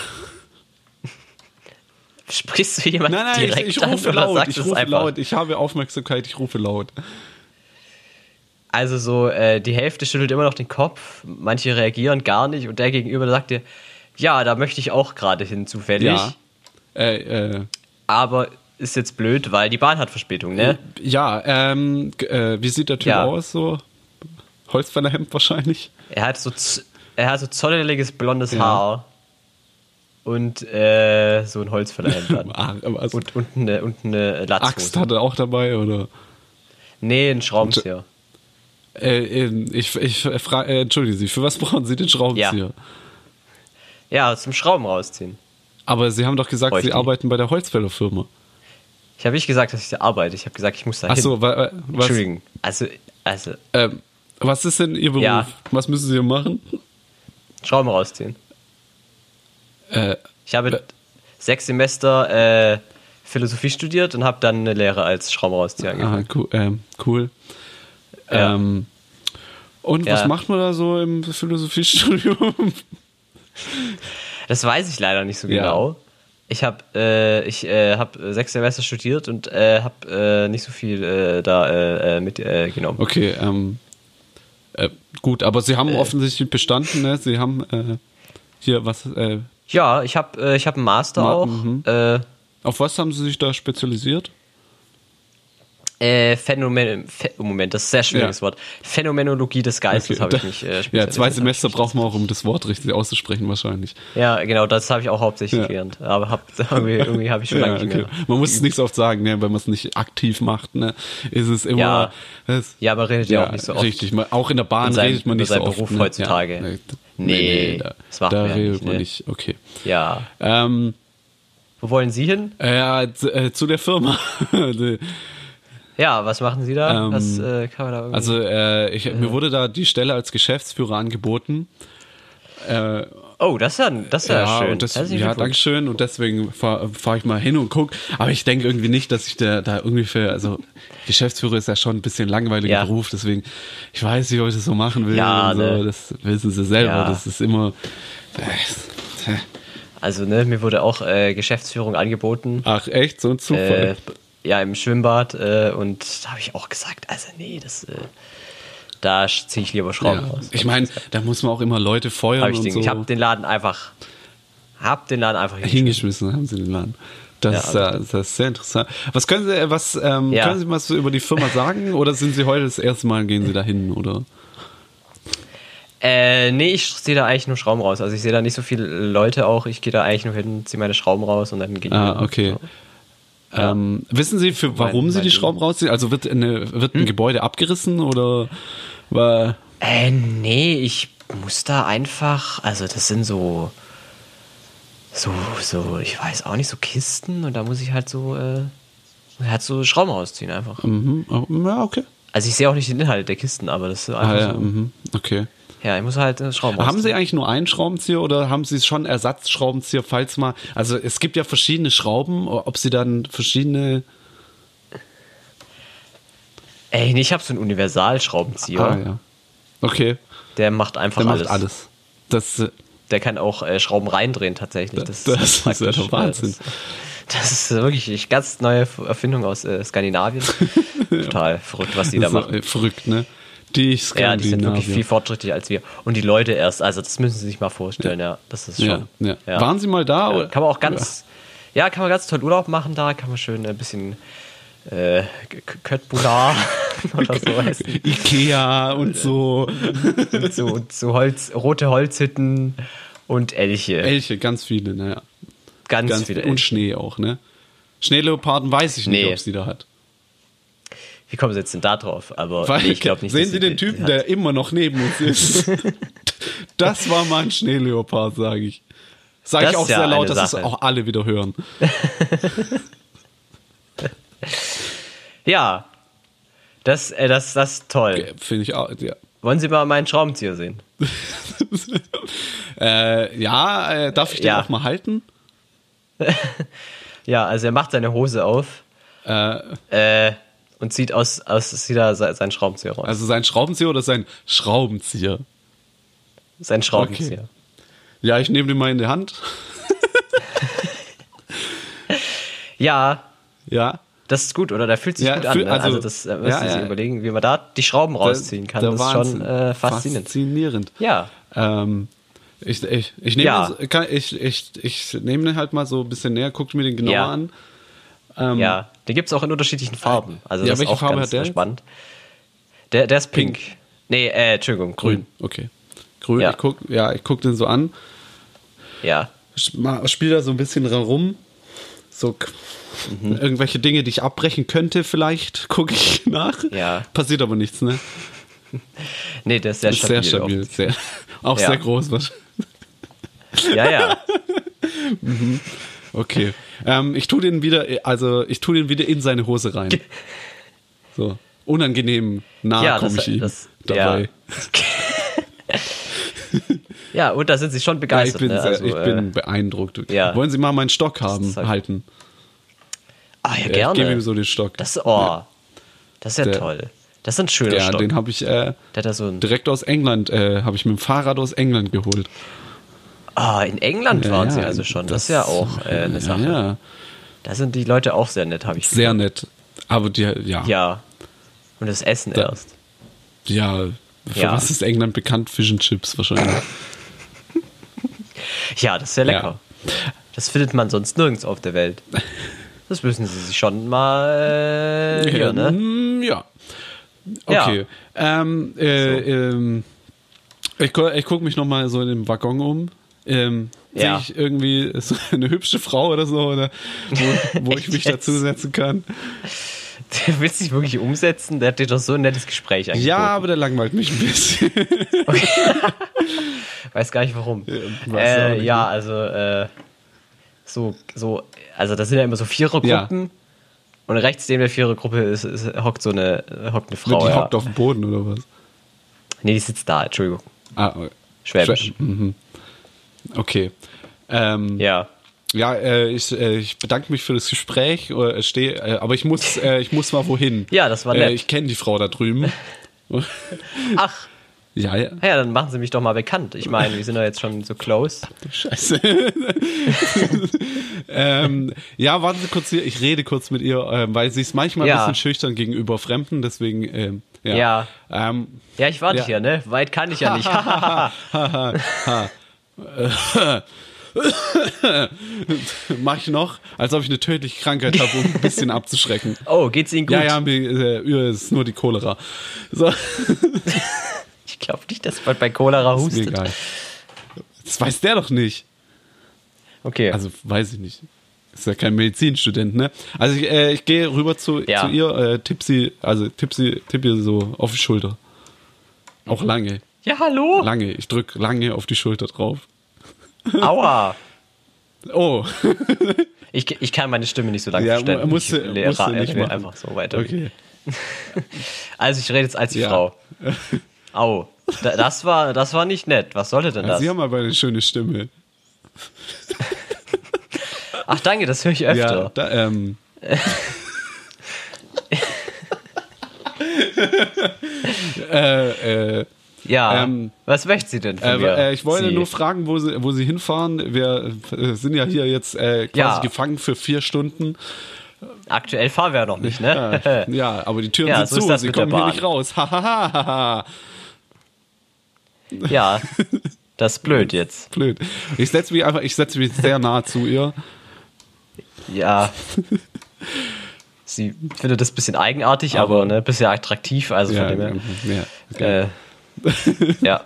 Speaker 2: Sprichst du jemanden
Speaker 1: Nein, nein, ich,
Speaker 2: direkt
Speaker 1: ich
Speaker 2: an
Speaker 1: rufe
Speaker 2: oder
Speaker 1: laut,
Speaker 2: sagst
Speaker 1: ich
Speaker 2: du es
Speaker 1: rufe
Speaker 2: einfach?
Speaker 1: laut, ich habe Aufmerksamkeit, ich rufe laut.
Speaker 2: Also so, äh, die Hälfte schüttelt immer noch den Kopf, manche reagieren gar nicht und der Gegenüber sagt dir, ja, da möchte ich auch gerade hin zufällig,
Speaker 1: Ja. Äh, äh,
Speaker 2: aber ist jetzt blöd, weil die Bahn hat Verspätung, ne?
Speaker 1: ja, ähm, g- äh, wie sieht der Typ
Speaker 2: Ja.
Speaker 1: aus? So? Holzfällerhemd wahrscheinlich.
Speaker 2: Er hat so, z- er hat so zotteliges blondes
Speaker 1: Ja.
Speaker 2: Haar und äh, so ein Holzfällerhemd an.
Speaker 1: Ah, also,
Speaker 2: und, und eine, und eine
Speaker 1: Axt
Speaker 2: Latzhose.
Speaker 1: hat er auch dabei, oder?
Speaker 2: Nee, ein Schraubenzieher.
Speaker 1: Äh, ähm, ich ich frage, äh, entschuldigen Sie, für was brauchen Sie den Schraubenzieher?
Speaker 2: Ja, zum Schrauben rausziehen.
Speaker 1: Aber Sie haben doch gesagt,
Speaker 2: Brauch ich
Speaker 1: Sie
Speaker 2: nicht.
Speaker 1: arbeiten bei der Holzfällerfirma.
Speaker 2: Ich habe nicht gesagt, dass ich da arbeite. Ich habe gesagt, ich muss da hin.
Speaker 1: Achso, was,
Speaker 2: Entschuldigung. Also, also,
Speaker 1: ähm, was ist denn Ihr Beruf?
Speaker 2: Ja.
Speaker 1: Was müssen Sie machen?
Speaker 2: Schrauben rausziehen.
Speaker 1: Äh,
Speaker 2: Ich habe
Speaker 1: Ä-
Speaker 2: sechs Semester äh, Philosophie studiert und habe dann eine Lehre als Schraubenrauszieher
Speaker 1: Ah,
Speaker 2: angefangen.
Speaker 1: cool. Ähm, cool.
Speaker 2: Ja.
Speaker 1: Ähm, und was
Speaker 2: Ja.
Speaker 1: macht man da so im Philosophiestudium?
Speaker 2: Das weiß ich leider nicht so
Speaker 1: Ja.
Speaker 2: genau. Ich habe äh, ich, äh, hab sechs Semester studiert und äh, habe äh, nicht so viel äh, da äh, äh, mitgenommen. Äh, genommen.
Speaker 1: Okay, ähm, äh, gut, aber sie haben
Speaker 2: Äh.
Speaker 1: offensichtlich bestanden, ne? Sie haben äh, hier was, äh,
Speaker 2: Ja, ich habe äh, ich hab einen Master
Speaker 1: Ma-
Speaker 2: auch.
Speaker 1: mhm.
Speaker 2: Äh,
Speaker 1: auf was haben sie sich da spezialisiert?
Speaker 2: Äh, Phänomen, Ph Moment, das ist ein sehr schwieriges
Speaker 1: Ja.
Speaker 2: Wort. Phänomenologie des Geistes habe ich
Speaker 1: da-
Speaker 2: mich äh,
Speaker 1: ja, zwei
Speaker 2: spezialisiert.
Speaker 1: Semester braucht man auch, um das Wort richtig auszusprechen, wahrscheinlich.
Speaker 2: Ja, genau, das habe ich auch hauptsächlich
Speaker 1: Ja.
Speaker 2: gelernt. Aber hab, irgendwie, irgendwie habe ich schon lange
Speaker 1: Ja,
Speaker 2: nicht
Speaker 1: okay.
Speaker 2: mehr.
Speaker 1: Man muss es nicht so oft sagen, ne? wenn man es nicht aktiv macht, ne? ist es immer.
Speaker 2: Ja.
Speaker 1: es-
Speaker 2: Ja, man redet ja, auch nicht so oft.
Speaker 1: Richtig, man, auch in der Bahn
Speaker 2: In seinem-
Speaker 1: redet man
Speaker 2: über
Speaker 1: nicht so
Speaker 2: seinen
Speaker 1: oft.
Speaker 2: Beruf
Speaker 1: ne?
Speaker 2: heutzutage.
Speaker 1: Ja. Nee,
Speaker 2: Nee,
Speaker 1: da,
Speaker 2: das macht
Speaker 1: da
Speaker 2: man ja
Speaker 1: redet
Speaker 2: nicht,
Speaker 1: man
Speaker 2: ne?
Speaker 1: nicht. Okay.
Speaker 2: Ja.
Speaker 1: Ähm,
Speaker 2: Wo wollen Sie hin?
Speaker 1: äh, zu, äh, zu der Firma. Also, Die-
Speaker 2: Ja, was machen Sie da?
Speaker 1: Ähm,
Speaker 2: was äh, kann man da irgendwie?
Speaker 1: also äh, ich, mir wurde da die Stelle als Geschäftsführer angeboten.
Speaker 2: oh, das ist ja, das ist ja,
Speaker 1: Ja,
Speaker 2: schön.
Speaker 1: und das,
Speaker 2: Herzlichen
Speaker 1: ja,
Speaker 2: Glückwunsch.
Speaker 1: Dankeschön. Und deswegen fahre fahr ich mal hin und guck. Aber ich denke irgendwie nicht, dass ich da, da irgendwie für, also Geschäftsführer ist ja schon ein bisschen langweiliger
Speaker 2: Ja.
Speaker 1: Beruf, deswegen, ich weiß, wie ich euch das so machen will.
Speaker 2: Ja,
Speaker 1: und so.
Speaker 2: ne.
Speaker 1: Das wissen sie selber.
Speaker 2: Ja.
Speaker 1: Das ist immer. äh,
Speaker 2: Also, ne, mir wurde auch äh, Geschäftsführung angeboten.
Speaker 1: Ach, echt, so ein
Speaker 2: Äh,
Speaker 1: Zufall.
Speaker 2: ja, im Schwimmbad. Äh, und da habe ich auch gesagt, also nee, das, äh, da ziehe ich lieber Schrauben
Speaker 1: ja.
Speaker 2: raus.
Speaker 1: Ich meine, da muss man auch immer Leute feuern
Speaker 2: Hab ich,
Speaker 1: und
Speaker 2: den,
Speaker 1: so.
Speaker 2: ich hab den Laden einfach. Hab den Laden einfach hingeschmissen.
Speaker 1: hingeschmissen haben sie den Laden. Das,
Speaker 2: Ja, also
Speaker 1: ist, ja, das ist sehr interessant. Was können Sie, was, ähm,
Speaker 2: Ja.
Speaker 1: können Sie was über die Firma sagen? Oder sind Sie heute das erste Mal, gehen Sie da hin? Oder?
Speaker 2: Äh, nee, ich sehe da eigentlich nur Schrauben raus. Also ich sehe da nicht so viele Leute auch. Ich gehe da eigentlich nur hin, ziehe meine Schrauben raus und dann gehe ich.
Speaker 1: Ah,
Speaker 2: wieder.
Speaker 1: okay. Ähm, wissen Sie, für, warum
Speaker 2: Mein-
Speaker 1: Sie
Speaker 2: mein
Speaker 1: die
Speaker 2: Ding.
Speaker 1: Schrauben rausziehen? Also wird, eine, wird ein
Speaker 2: Hm?
Speaker 1: Gebäude abgerissen oder war.
Speaker 2: Äh, nee, ich muss da einfach. Also das sind so. So, so, ich weiß auch nicht, so Kisten und da muss ich halt so. Äh, halt so Schrauben rausziehen einfach.
Speaker 1: Mhm, oh, ja, okay.
Speaker 2: Also ich sehe auch nicht den Inhalt der Kisten, aber das ist einfach
Speaker 1: Ah, ja,
Speaker 2: so.
Speaker 1: mhm, okay.
Speaker 2: Ja, ich muss halt äh, Schrauben
Speaker 1: Haben
Speaker 2: rausziehen.
Speaker 1: Sie eigentlich nur einen Schraubenzieher oder haben Sie schon Ersatzschraubenzieher, falls mal. Also es gibt ja verschiedene Schrauben, ob Sie dann verschiedene.
Speaker 2: Ey, nee, ich habe so einen Universalschraubenzieher.
Speaker 1: Ah, ja. Okay,
Speaker 2: Der macht einfach
Speaker 1: der
Speaker 2: alles.
Speaker 1: macht alles. Das, äh,
Speaker 2: Der kann auch äh, Schrauben reindrehen tatsächlich. Das,
Speaker 1: Das ist
Speaker 2: praktisch,
Speaker 1: ja der
Speaker 2: äh,
Speaker 1: Wahnsinn.
Speaker 2: Das, das ist wirklich eine ganz neue F- Erfindung aus äh, Skandinavien. Total verrückt, was die da
Speaker 1: das ist
Speaker 2: machen.
Speaker 1: äh, verrückt, ne? Die ich
Speaker 2: Ja, die sind wirklich viel
Speaker 1: Skandinavier.
Speaker 2: fortschrittlicher als wir. Und die Leute erst, also das müssen Sie sich mal vorstellen, ja. Das ist
Speaker 1: Ja,
Speaker 2: schon.
Speaker 1: ja. Waren Sie mal da?
Speaker 2: Ja,
Speaker 1: oder-
Speaker 2: kann man auch ganz, ja. kann man ganz toll Urlaub machen da, kann man schön ein bisschen äh, K- K- Köttbullar oder so essen.
Speaker 1: Ikea und so.
Speaker 2: Und so, und so Holz, rote Holzhütten und Elche.
Speaker 1: Elche, ganz viele, naja.
Speaker 2: ganz,
Speaker 1: Ganz
Speaker 2: viele
Speaker 1: viele.
Speaker 2: Elche.
Speaker 1: Und Schnee auch, ne? Schneeleoparden weiß ich nicht,
Speaker 2: Nee.
Speaker 1: ob sie da hat.
Speaker 2: Wie kommen sie jetzt denn da drauf? Aber
Speaker 1: Weil,
Speaker 2: nee, ich glaube nicht.
Speaker 1: sehen
Speaker 2: dass
Speaker 1: Sie den
Speaker 2: die- die
Speaker 1: Typen,
Speaker 2: hat-
Speaker 1: der immer noch neben uns ist? das war mal ein Schneeleopard, sage ich. Sage
Speaker 2: Das
Speaker 1: ich auch
Speaker 2: ist ja
Speaker 1: sehr laut,
Speaker 2: eine
Speaker 1: dass es
Speaker 2: Sache.
Speaker 1: auch alle wieder hören.
Speaker 2: Ja. Das, äh, das, das ist toll.
Speaker 1: Finde ich auch, ja.
Speaker 2: Wollen Sie mal meinen Schraubenzieher sehen?
Speaker 1: äh, ja, äh, darf ich den
Speaker 2: Ja.
Speaker 1: auch mal halten?
Speaker 2: Ja, also er macht seine Hose auf
Speaker 1: Äh,
Speaker 2: äh, und zieht aus, aus zieht da se- seinen Schraubenzieher raus.
Speaker 1: also sein Schraubenzieher oder sein Schraubenzieher?
Speaker 2: Sein Schraubenzieher.
Speaker 1: okay. Ja, ich nehme den mal in die Hand.
Speaker 2: Ja,
Speaker 1: Ja.
Speaker 2: das ist gut, oder? Der fühlt sich
Speaker 1: Ja,
Speaker 2: gut an.
Speaker 1: fühl-
Speaker 2: ne?
Speaker 1: also-
Speaker 2: Also, das äh, müssen
Speaker 1: ja,
Speaker 2: Sie
Speaker 1: ja.
Speaker 2: sich überlegen, wie man da die Schrauben rausziehen kann.
Speaker 1: Der
Speaker 2: Das ist
Speaker 1: Wahnsinn.
Speaker 2: schon äh, faszinierend.
Speaker 1: faszinierend.
Speaker 2: Ja.
Speaker 1: Ähm, ich, ich, ich nehme
Speaker 2: Ja.
Speaker 1: den- kann- ich, ich, ich nehme den halt mal so ein bisschen näher, guckt mir den genauer
Speaker 2: Ja.
Speaker 1: an.
Speaker 2: Ja, den gibt es auch in unterschiedlichen Farben. Also
Speaker 1: ähm, Ja,
Speaker 2: das ist
Speaker 1: welche
Speaker 2: auch
Speaker 1: Farbe
Speaker 2: ganz
Speaker 1: hat der jetzt?
Speaker 2: spannend. Der, der ist pink. Nee, äh, Entschuldigung, grün.
Speaker 1: Okay. Grün,
Speaker 2: Ja.
Speaker 1: ich guck, ja, ich guck den so an.
Speaker 2: Ja.
Speaker 1: Sch- mal- Spiel da so ein bisschen dran rum. So k-
Speaker 2: Mhm.
Speaker 1: irgendwelche Dinge, die ich abbrechen könnte, vielleicht gucke ich nach.
Speaker 2: Ja.
Speaker 1: Passiert aber nichts, ne?
Speaker 2: Nee, der ist sehr
Speaker 1: Ist sehr
Speaker 2: stabil.
Speaker 1: stabil. Sehr, auch
Speaker 2: Ja.
Speaker 1: sehr groß. wahrscheinlich.
Speaker 2: Ja, ja.
Speaker 1: Okay. ähm, ich tue den wieder, also ich tue den wieder in seine Hose rein. So. Unangenehm nah
Speaker 2: ja,
Speaker 1: komme ich ihm
Speaker 2: Ja.
Speaker 1: dabei.
Speaker 2: ja, und da sind sie schon
Speaker 1: Ja, ich
Speaker 2: begeistert.
Speaker 1: bin,
Speaker 2: ne?
Speaker 1: sehr-
Speaker 2: also,
Speaker 1: ich
Speaker 2: äh,
Speaker 1: bin beeindruckt.
Speaker 2: ja.
Speaker 1: Wollen Sie mal meinen Stock haben,
Speaker 2: zeigt-
Speaker 1: halten?
Speaker 2: Ah, ja,
Speaker 1: Äh,
Speaker 2: gerne.
Speaker 1: Ich gebe ihm so den Stock.
Speaker 2: Das, oh,
Speaker 1: Ja.
Speaker 2: das ist ja
Speaker 1: Der-
Speaker 2: toll. Das ist ein schöner
Speaker 1: ja,
Speaker 2: Stock.
Speaker 1: den habe ich äh,
Speaker 2: der hat da so ein,
Speaker 1: direkt aus England, äh, habe ich mit dem Fahrrad aus England geholt.
Speaker 2: ah, in England waren
Speaker 1: Ja,
Speaker 2: sie
Speaker 1: ja,
Speaker 2: also schon. Das, ist ja auch äh, eine
Speaker 1: ja,
Speaker 2: Sache.
Speaker 1: Ja,
Speaker 2: Da sind die Leute auch sehr nett, habe ich
Speaker 1: sehr nett. Aber die, ja, ja,
Speaker 2: Ja. Und das Essen
Speaker 1: Da-
Speaker 2: erst.
Speaker 1: für
Speaker 2: Ja.
Speaker 1: was ist England bekannt? Fish and Chips wahrscheinlich.
Speaker 2: Ja, das ist sehr
Speaker 1: Ja.
Speaker 2: lecker. Das findet man sonst nirgends auf der Welt. Das müssen sie sich schon mal äh, hier, ne?
Speaker 1: Mm, ja.
Speaker 2: Ja.
Speaker 1: Okay. Ähm, äh, ähm, ich gu- ich gucke mich nochmal so in dem Waggon um. Ähm, Sehe
Speaker 2: Ja.
Speaker 1: ich irgendwie so eine hübsche Frau oder so, oder wo, wo ich
Speaker 2: Echt
Speaker 1: mich
Speaker 2: jetzt?
Speaker 1: dazusetzen kann.
Speaker 2: Der will sich wirklich umsetzen, der hat dir doch so ein nettes Gespräch angeboten.
Speaker 1: Ja, aber der langweilt mich ein bisschen.
Speaker 2: Weiß gar nicht warum.
Speaker 1: weiß auch
Speaker 2: äh,
Speaker 1: nicht, ne?
Speaker 2: ja, also äh, so, so, also das sind ja immer so Vierergruppen. Und rechts neben der Vierergruppe ist, ist, hockt so eine, äh, hockt eine Frau.
Speaker 1: die
Speaker 2: ja.
Speaker 1: hockt auf dem Boden oder was?
Speaker 2: Nee, die sitzt da, Entschuldigung.
Speaker 1: Ah,
Speaker 2: Schwäbisch.
Speaker 1: Schwä- mhm. Okay. Ähm,
Speaker 2: Ja.
Speaker 1: ja, äh, ich, äh, ich bedanke mich für das Gespräch, äh, stehe, äh, aber ich muss, äh, ich muss mal wohin.
Speaker 2: Ja, das war nett.
Speaker 1: Äh, ich kenne die Frau da drüben.
Speaker 2: Ach,
Speaker 1: ja, ja.
Speaker 2: na ja, dann machen sie mich doch mal bekannt. Ich meine, wir sind ja jetzt schon so close.
Speaker 1: Scheiße. ähm, ja, warten Sie kurz hier. Ich rede kurz mit ihr, ähm, weil sie ist manchmal
Speaker 2: Ja.
Speaker 1: ein bisschen schüchtern gegenüber Fremden, deswegen, ähm, ja.
Speaker 2: Ja.
Speaker 1: Ähm,
Speaker 2: Ja, ich warte
Speaker 1: Ja.
Speaker 2: hier, ne? Weit kann ich ja nicht.
Speaker 1: mach ich noch, als ob ich eine tödliche Krankheit habe, um ein bisschen abzuschrecken.
Speaker 2: oh, geht's Ihnen gut?
Speaker 1: Ja, ja, mir, äh, es ist nur die Cholera. So.
Speaker 2: Ich glaube nicht, dass man bei Cholera
Speaker 1: Ist mir
Speaker 2: hustet.
Speaker 1: egal. Das weiß der doch nicht.
Speaker 2: Okay.
Speaker 1: Also weiß ich nicht. Ist ja kein Medizinstudent, ne? Also ich, äh, ich gehe rüber zu,
Speaker 2: Ja.
Speaker 1: zu ihr, äh, tipp sie, also tipp sie, tipp ihr so auf die Schulter.
Speaker 2: Mhm.
Speaker 1: Auch lange,
Speaker 2: ja, hallo.
Speaker 1: lange. Ich drück lange auf die Schulter drauf.
Speaker 2: Aua.
Speaker 1: Oh,
Speaker 2: Ich, ich kann meine Stimme nicht so lange
Speaker 1: ja, mu-
Speaker 2: verstellen.
Speaker 1: musste,
Speaker 2: ich lehre-
Speaker 1: musste nicht
Speaker 2: ich will
Speaker 1: mal.
Speaker 2: einfach so weiter.
Speaker 1: Okay.
Speaker 2: Also ich rede jetzt als die
Speaker 1: Ja.
Speaker 2: Frau. Au. Da, das, war, das war nicht nett. Was sollte denn das?
Speaker 1: Sie haben aber eine schöne Stimme.
Speaker 2: Ach danke, das höre ich
Speaker 1: Ja,
Speaker 2: öfter.
Speaker 1: da, ähm, äh, äh,
Speaker 2: Ja.
Speaker 1: Ähm,
Speaker 2: Was möchte sie denn von
Speaker 1: Äh,
Speaker 2: mir?
Speaker 1: äh, ich wollte
Speaker 2: sie.
Speaker 1: nur fragen, wo sie, wo sie hinfahren. Wir äh, sind ja hier jetzt äh, quasi
Speaker 2: Ja.
Speaker 1: gefangen für vier Stunden.
Speaker 2: Aktuell fahren wir ja noch nicht, ne?
Speaker 1: Ja, ja aber die Türen
Speaker 2: Ja,
Speaker 1: sind
Speaker 2: so ist
Speaker 1: zu,
Speaker 2: das
Speaker 1: sie
Speaker 2: mit der
Speaker 1: kommen hier
Speaker 2: Bahn.
Speaker 1: nicht raus. Hahaha,
Speaker 2: ja. Das ist blöd jetzt.
Speaker 1: blöd. Ich setze mich einfach, ich setze mich sehr nah zu ihr.
Speaker 2: Ja. Sie findet das ein bisschen eigenartig, aber ne, bisschen attraktiv, also
Speaker 1: Ja, äh,
Speaker 2: von dem
Speaker 1: ja, okay.
Speaker 2: her. Äh, ja.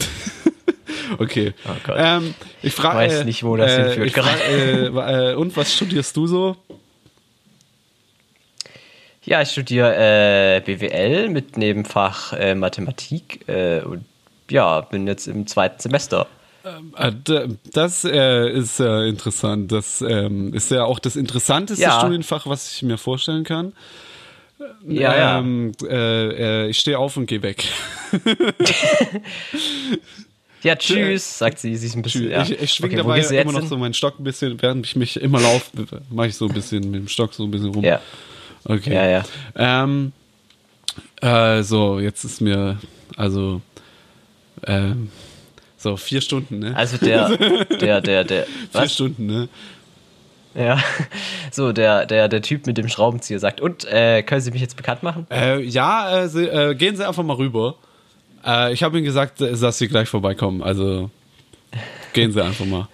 Speaker 1: okay.
Speaker 2: Oh Gott.
Speaker 1: ähm, ich frage,
Speaker 2: Weiß nicht, wo das
Speaker 1: äh,
Speaker 2: hinführt
Speaker 1: Ich frag, äh, wa- äh, und was studierst du so?
Speaker 2: Ja, ich studiere äh, BWL mit Nebenfach äh, Mathematik äh, und ja, bin jetzt im zweiten Semester.
Speaker 1: Ah, d- Das äh, ist äh, interessant. Das ähm, ist ja auch das interessanteste
Speaker 2: Ja.
Speaker 1: Studienfach, was ich mir vorstellen kann.
Speaker 2: Ja, ja.
Speaker 1: ähm, Äh, äh, ich stehe auf und gehe weg.
Speaker 2: Ja, tschüss, sagt sie. Sie ist ein bisschen. Ja.
Speaker 1: Ich, ich schwinge
Speaker 2: Okay, wo
Speaker 1: dabei
Speaker 2: gehst du jetzt
Speaker 1: immer noch
Speaker 2: hin?
Speaker 1: so meinen Stock ein bisschen, während ich mich immer laufe, mache ich so ein bisschen mit dem Stock so ein bisschen rum.
Speaker 2: Ja.
Speaker 1: Okay.
Speaker 2: Ja, ja.
Speaker 1: Ähm, äh, so, jetzt ist mir, also, ähm, so vier Stunden, ne?
Speaker 2: Also der, der, der, der.
Speaker 1: vier
Speaker 2: Was?
Speaker 1: Stunden, ne?
Speaker 2: Ja. So, der, der, der Typ mit dem Schraubenzieher sagt. Und äh, können Sie mich jetzt bekannt machen?
Speaker 1: Äh, ja, äh, sie, äh, gehen Sie einfach mal rüber. Äh, ich habe Ihnen gesagt, äh, dass Sie gleich vorbeikommen. Also gehen Sie einfach mal.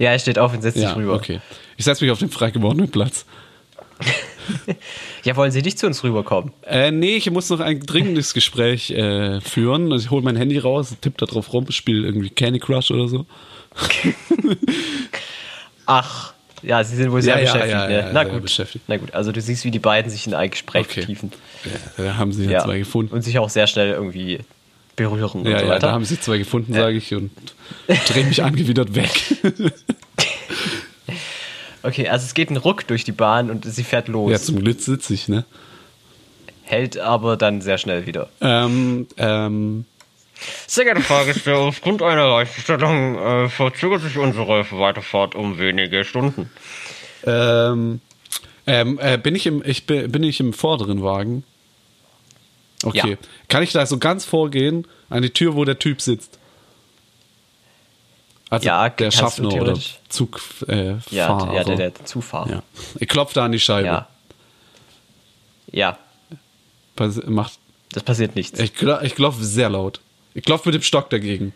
Speaker 2: Ja, er steht auf und setzt sich rüber.
Speaker 1: okay. Ich setze mich auf den frei gewordenen Platz.
Speaker 2: Ja, wollen Sie nicht zu uns rüberkommen?
Speaker 1: Äh, nee, ich muss noch ein dringendes Gespräch äh, führen. Also ich hole mein Handy raus, tipp da drauf rum, spiele irgendwie Candy Crush oder so.
Speaker 2: Ach. Ja, Sie sind wohl sehr
Speaker 1: Ja, ja,
Speaker 2: beschäftigt.
Speaker 1: ja,
Speaker 2: ne?
Speaker 1: ja,
Speaker 2: Na
Speaker 1: sehr
Speaker 2: gut.
Speaker 1: beschäftigt.
Speaker 2: Na gut, also du siehst, wie die beiden sich in ein Gespräch
Speaker 1: Okay.
Speaker 2: vertiefen.
Speaker 1: Da haben sie ja, zwei gefunden.
Speaker 2: Und sich auch sehr schnell irgendwie berühren
Speaker 1: Ja,
Speaker 2: und so
Speaker 1: ja,
Speaker 2: weiter.
Speaker 1: da haben sie zwei gefunden, sage ich, und drehe mich angewidert weg.
Speaker 2: okay, also es geht ein Ruck durch die Bahn und sie fährt los.
Speaker 1: ja, zum Glück sitze ich, ne?
Speaker 2: Hält aber dann sehr schnell wieder.
Speaker 1: Ähm, ähm,
Speaker 3: Sehr geehrte Fahrgäste, aufgrund einer Reichsbestattung äh, verzögert sich unsere Weiterfahrt um wenige Stunden.
Speaker 1: ähm, Ähm, äh, bin, ich im, ich bin, bin ich im vorderen Wagen? Okay.
Speaker 2: Ja.
Speaker 1: Kann ich da so ganz vorgehen an die Tür, wo der Typ sitzt? Also
Speaker 2: Ja,
Speaker 1: der
Speaker 2: kannst du
Speaker 1: Schaffner oder
Speaker 2: theoretisch.
Speaker 1: Zugfahrer. Äh,
Speaker 2: Ja,
Speaker 1: Fahrer.
Speaker 2: ja der, der Zufahrer.
Speaker 1: Ja. Ich klopfe da an die Scheibe.
Speaker 2: Ja. Ja,
Speaker 1: Pass- Macht,
Speaker 2: das passiert nichts.
Speaker 1: ich kla- ich klopfe sehr laut. Ich klopfe mit dem Stock dagegen.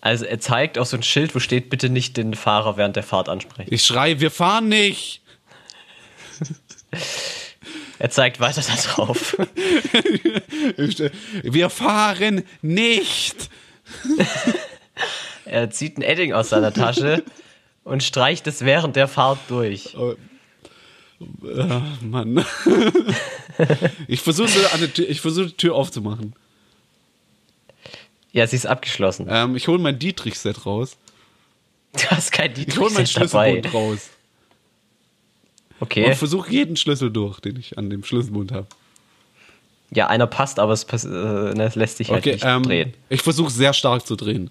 Speaker 2: Also er zeigt auf so ein Schild, wo steht, bitte nicht den Fahrer während der Fahrt ansprechen.
Speaker 1: Ich schreie, wir fahren nicht!
Speaker 2: Er zeigt weiter da drauf.
Speaker 1: Ich ste- wir fahren nicht!
Speaker 2: er zieht ein Edding aus seiner Tasche und streicht es während der Fahrt durch.
Speaker 1: Oh, äh, Mann. ich versuche so an der Tür- ich versuche die Tür aufzumachen.
Speaker 2: Ja, sie ist abgeschlossen.
Speaker 1: Ähm, ich hole mein Dietrich-Set raus.
Speaker 2: Du hast kein
Speaker 1: Ich hole meinen
Speaker 2: Dietrich dabei.
Speaker 1: Schlüsselbund raus. Und
Speaker 2: Okay.
Speaker 1: versuche jeden Schlüssel durch, den ich an dem Schlüsselbund habe.
Speaker 2: Ja, einer passt, aber es, pass äh, ne, es lässt sich halt
Speaker 1: Okay,
Speaker 2: nicht
Speaker 1: ähm,
Speaker 2: drehen.
Speaker 1: ich versuche sehr stark zu drehen.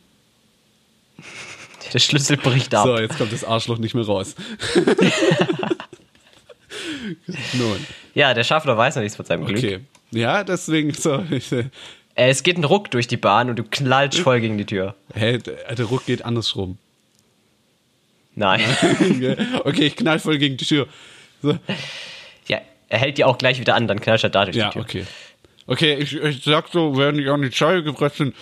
Speaker 2: Der Schlüssel bricht ab.
Speaker 1: So, jetzt kommt das Arschloch nicht mehr raus. Nun,
Speaker 2: Ja, der Schaffner weiß noch nichts von seinem Glück.
Speaker 1: okay. Ja, deswegen, so, ich, äh,
Speaker 2: Äh, es geht ein Ruck durch die Bahn und du knallst voll gegen die Tür.
Speaker 1: hey, der der Ruck geht andersrum.
Speaker 2: Nein.
Speaker 1: okay, ich knall voll gegen die Tür. So,
Speaker 2: ja, er hält die auch gleich wieder an, dann knallst du da durch die
Speaker 1: ja,
Speaker 2: Tür.
Speaker 1: okay. Okay, ich, ich sag so, während ich an die Scheibe gepresst bin,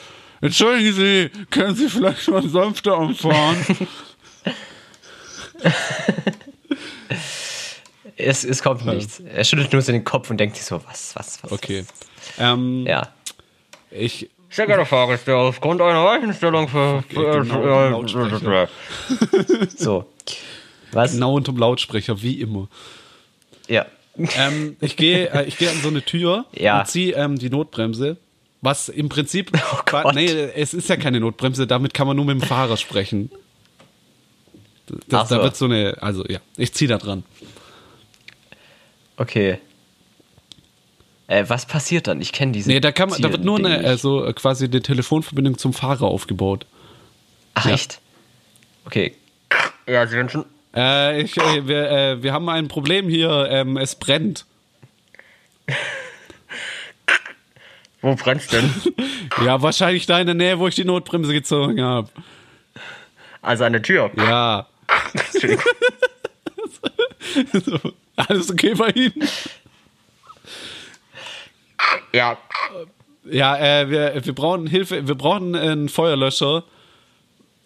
Speaker 1: entschuldigen Sie, können Sie vielleicht mal sanfter umfahren?
Speaker 2: Es, es kommt nichts. Er schüttelt nur so den Kopf und denkt sich so, was, was, was.
Speaker 1: Okay.
Speaker 2: Was.
Speaker 1: Ähm,
Speaker 2: Ja.
Speaker 1: Ich,
Speaker 3: Sehr geehrter Fahrgäste, aufgrund einer Weichenstellung für. für-
Speaker 1: genau,
Speaker 3: für-
Speaker 1: Lautsprecher.
Speaker 2: So. Was?
Speaker 1: genau unterm Lautsprecher, wie immer.
Speaker 2: Ja.
Speaker 1: Ähm, ich gehe äh, ich gehe an so eine Tür
Speaker 2: Ja.
Speaker 1: und ziehe ähm, die Notbremse. Was im Prinzip.
Speaker 2: Oh Gott.
Speaker 1: Nee, es ist ja keine Notbremse, damit kann man nur mit dem Fahrer sprechen.
Speaker 2: Ach
Speaker 1: Das,
Speaker 2: so.
Speaker 1: Da wird so eine. Also ja, ich ziehe da dran.
Speaker 2: Okay. Äh, was passiert dann? Ich kenne diese.
Speaker 1: Nee, da, kann man, da wird nur
Speaker 2: Zielen-Ding
Speaker 1: eine, äh,
Speaker 2: nicht.
Speaker 1: so äh, quasi eine Telefonverbindung zum Fahrer aufgebaut.
Speaker 2: Ach,
Speaker 1: ja.
Speaker 2: echt? Okay.
Speaker 3: Ja, Sie sind schon.
Speaker 1: Äh, ich, äh, wir, äh, wir haben ein Problem hier, ähm, es brennt.
Speaker 3: Wo brennt's denn?
Speaker 1: Ja, wahrscheinlich da in der Nähe, wo ich die Notbremse gezogen habe.
Speaker 3: Also an der Tür.
Speaker 1: Ja. Alles okay bei Ihnen?
Speaker 3: Ja.
Speaker 1: Ja, äh, wir, wir brauchen Hilfe, wir brauchen einen Feuerlöscher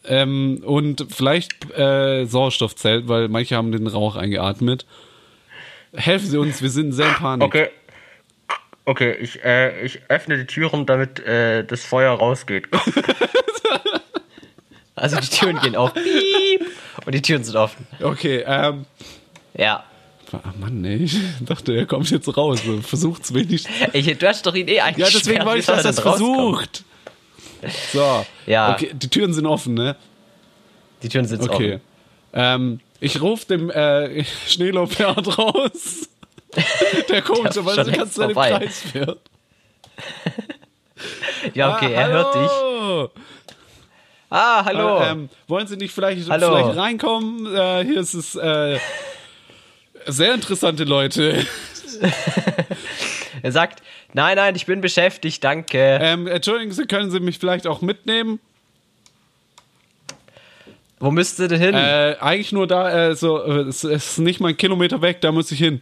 Speaker 1: ähm, und vielleicht äh, Sauerstoffzelt, weil manche haben den Rauch eingeatmet. Helfen Sie uns, wir sind sehr in Panik.
Speaker 3: Okay. Okay, ich, äh, ich öffne die Türen, damit äh, das Feuer rausgeht.
Speaker 2: Also die Türen gehen auf. Piep. Und die Türen sind offen.
Speaker 1: Okay, ähm,
Speaker 2: Ja.
Speaker 1: ah, Mann, ey, ich dachte, er kommt jetzt raus. so, Versucht's wenigstens.
Speaker 2: Ich, du hast doch ihn eh eigentlich.
Speaker 1: Ja, deswegen wollte ich, dass er es versucht. So.
Speaker 2: Ja.
Speaker 1: Okay, die Türen sind offen, ne?
Speaker 2: Die Türen sind
Speaker 1: Okay.
Speaker 2: offen.
Speaker 1: Ähm, ich rufe dem äh, Schneelopferd raus. Der
Speaker 2: Der ist
Speaker 1: komischerweise
Speaker 2: schon
Speaker 1: die ganze
Speaker 2: längst
Speaker 1: Zeit im
Speaker 2: vorbei.
Speaker 1: Kreis fährt.
Speaker 2: Ja, okay, er hört dich.
Speaker 1: Ah, hallo.
Speaker 2: Ah, hallo.
Speaker 1: Ähm, wollen Sie nicht vielleicht,
Speaker 2: Hallo.
Speaker 1: vielleicht reinkommen? Äh, hier ist es äh, sehr interessante Leute.
Speaker 2: er sagt, nein, nein, ich bin beschäftigt, danke.
Speaker 1: Ähm, Entschuldigen Sie, können Sie mich vielleicht auch mitnehmen?
Speaker 2: Wo müsst ihr denn hin?
Speaker 1: Äh, eigentlich nur da, äh, so, äh, es es ist nicht mal ein Kilometer weg, da muss ich hin.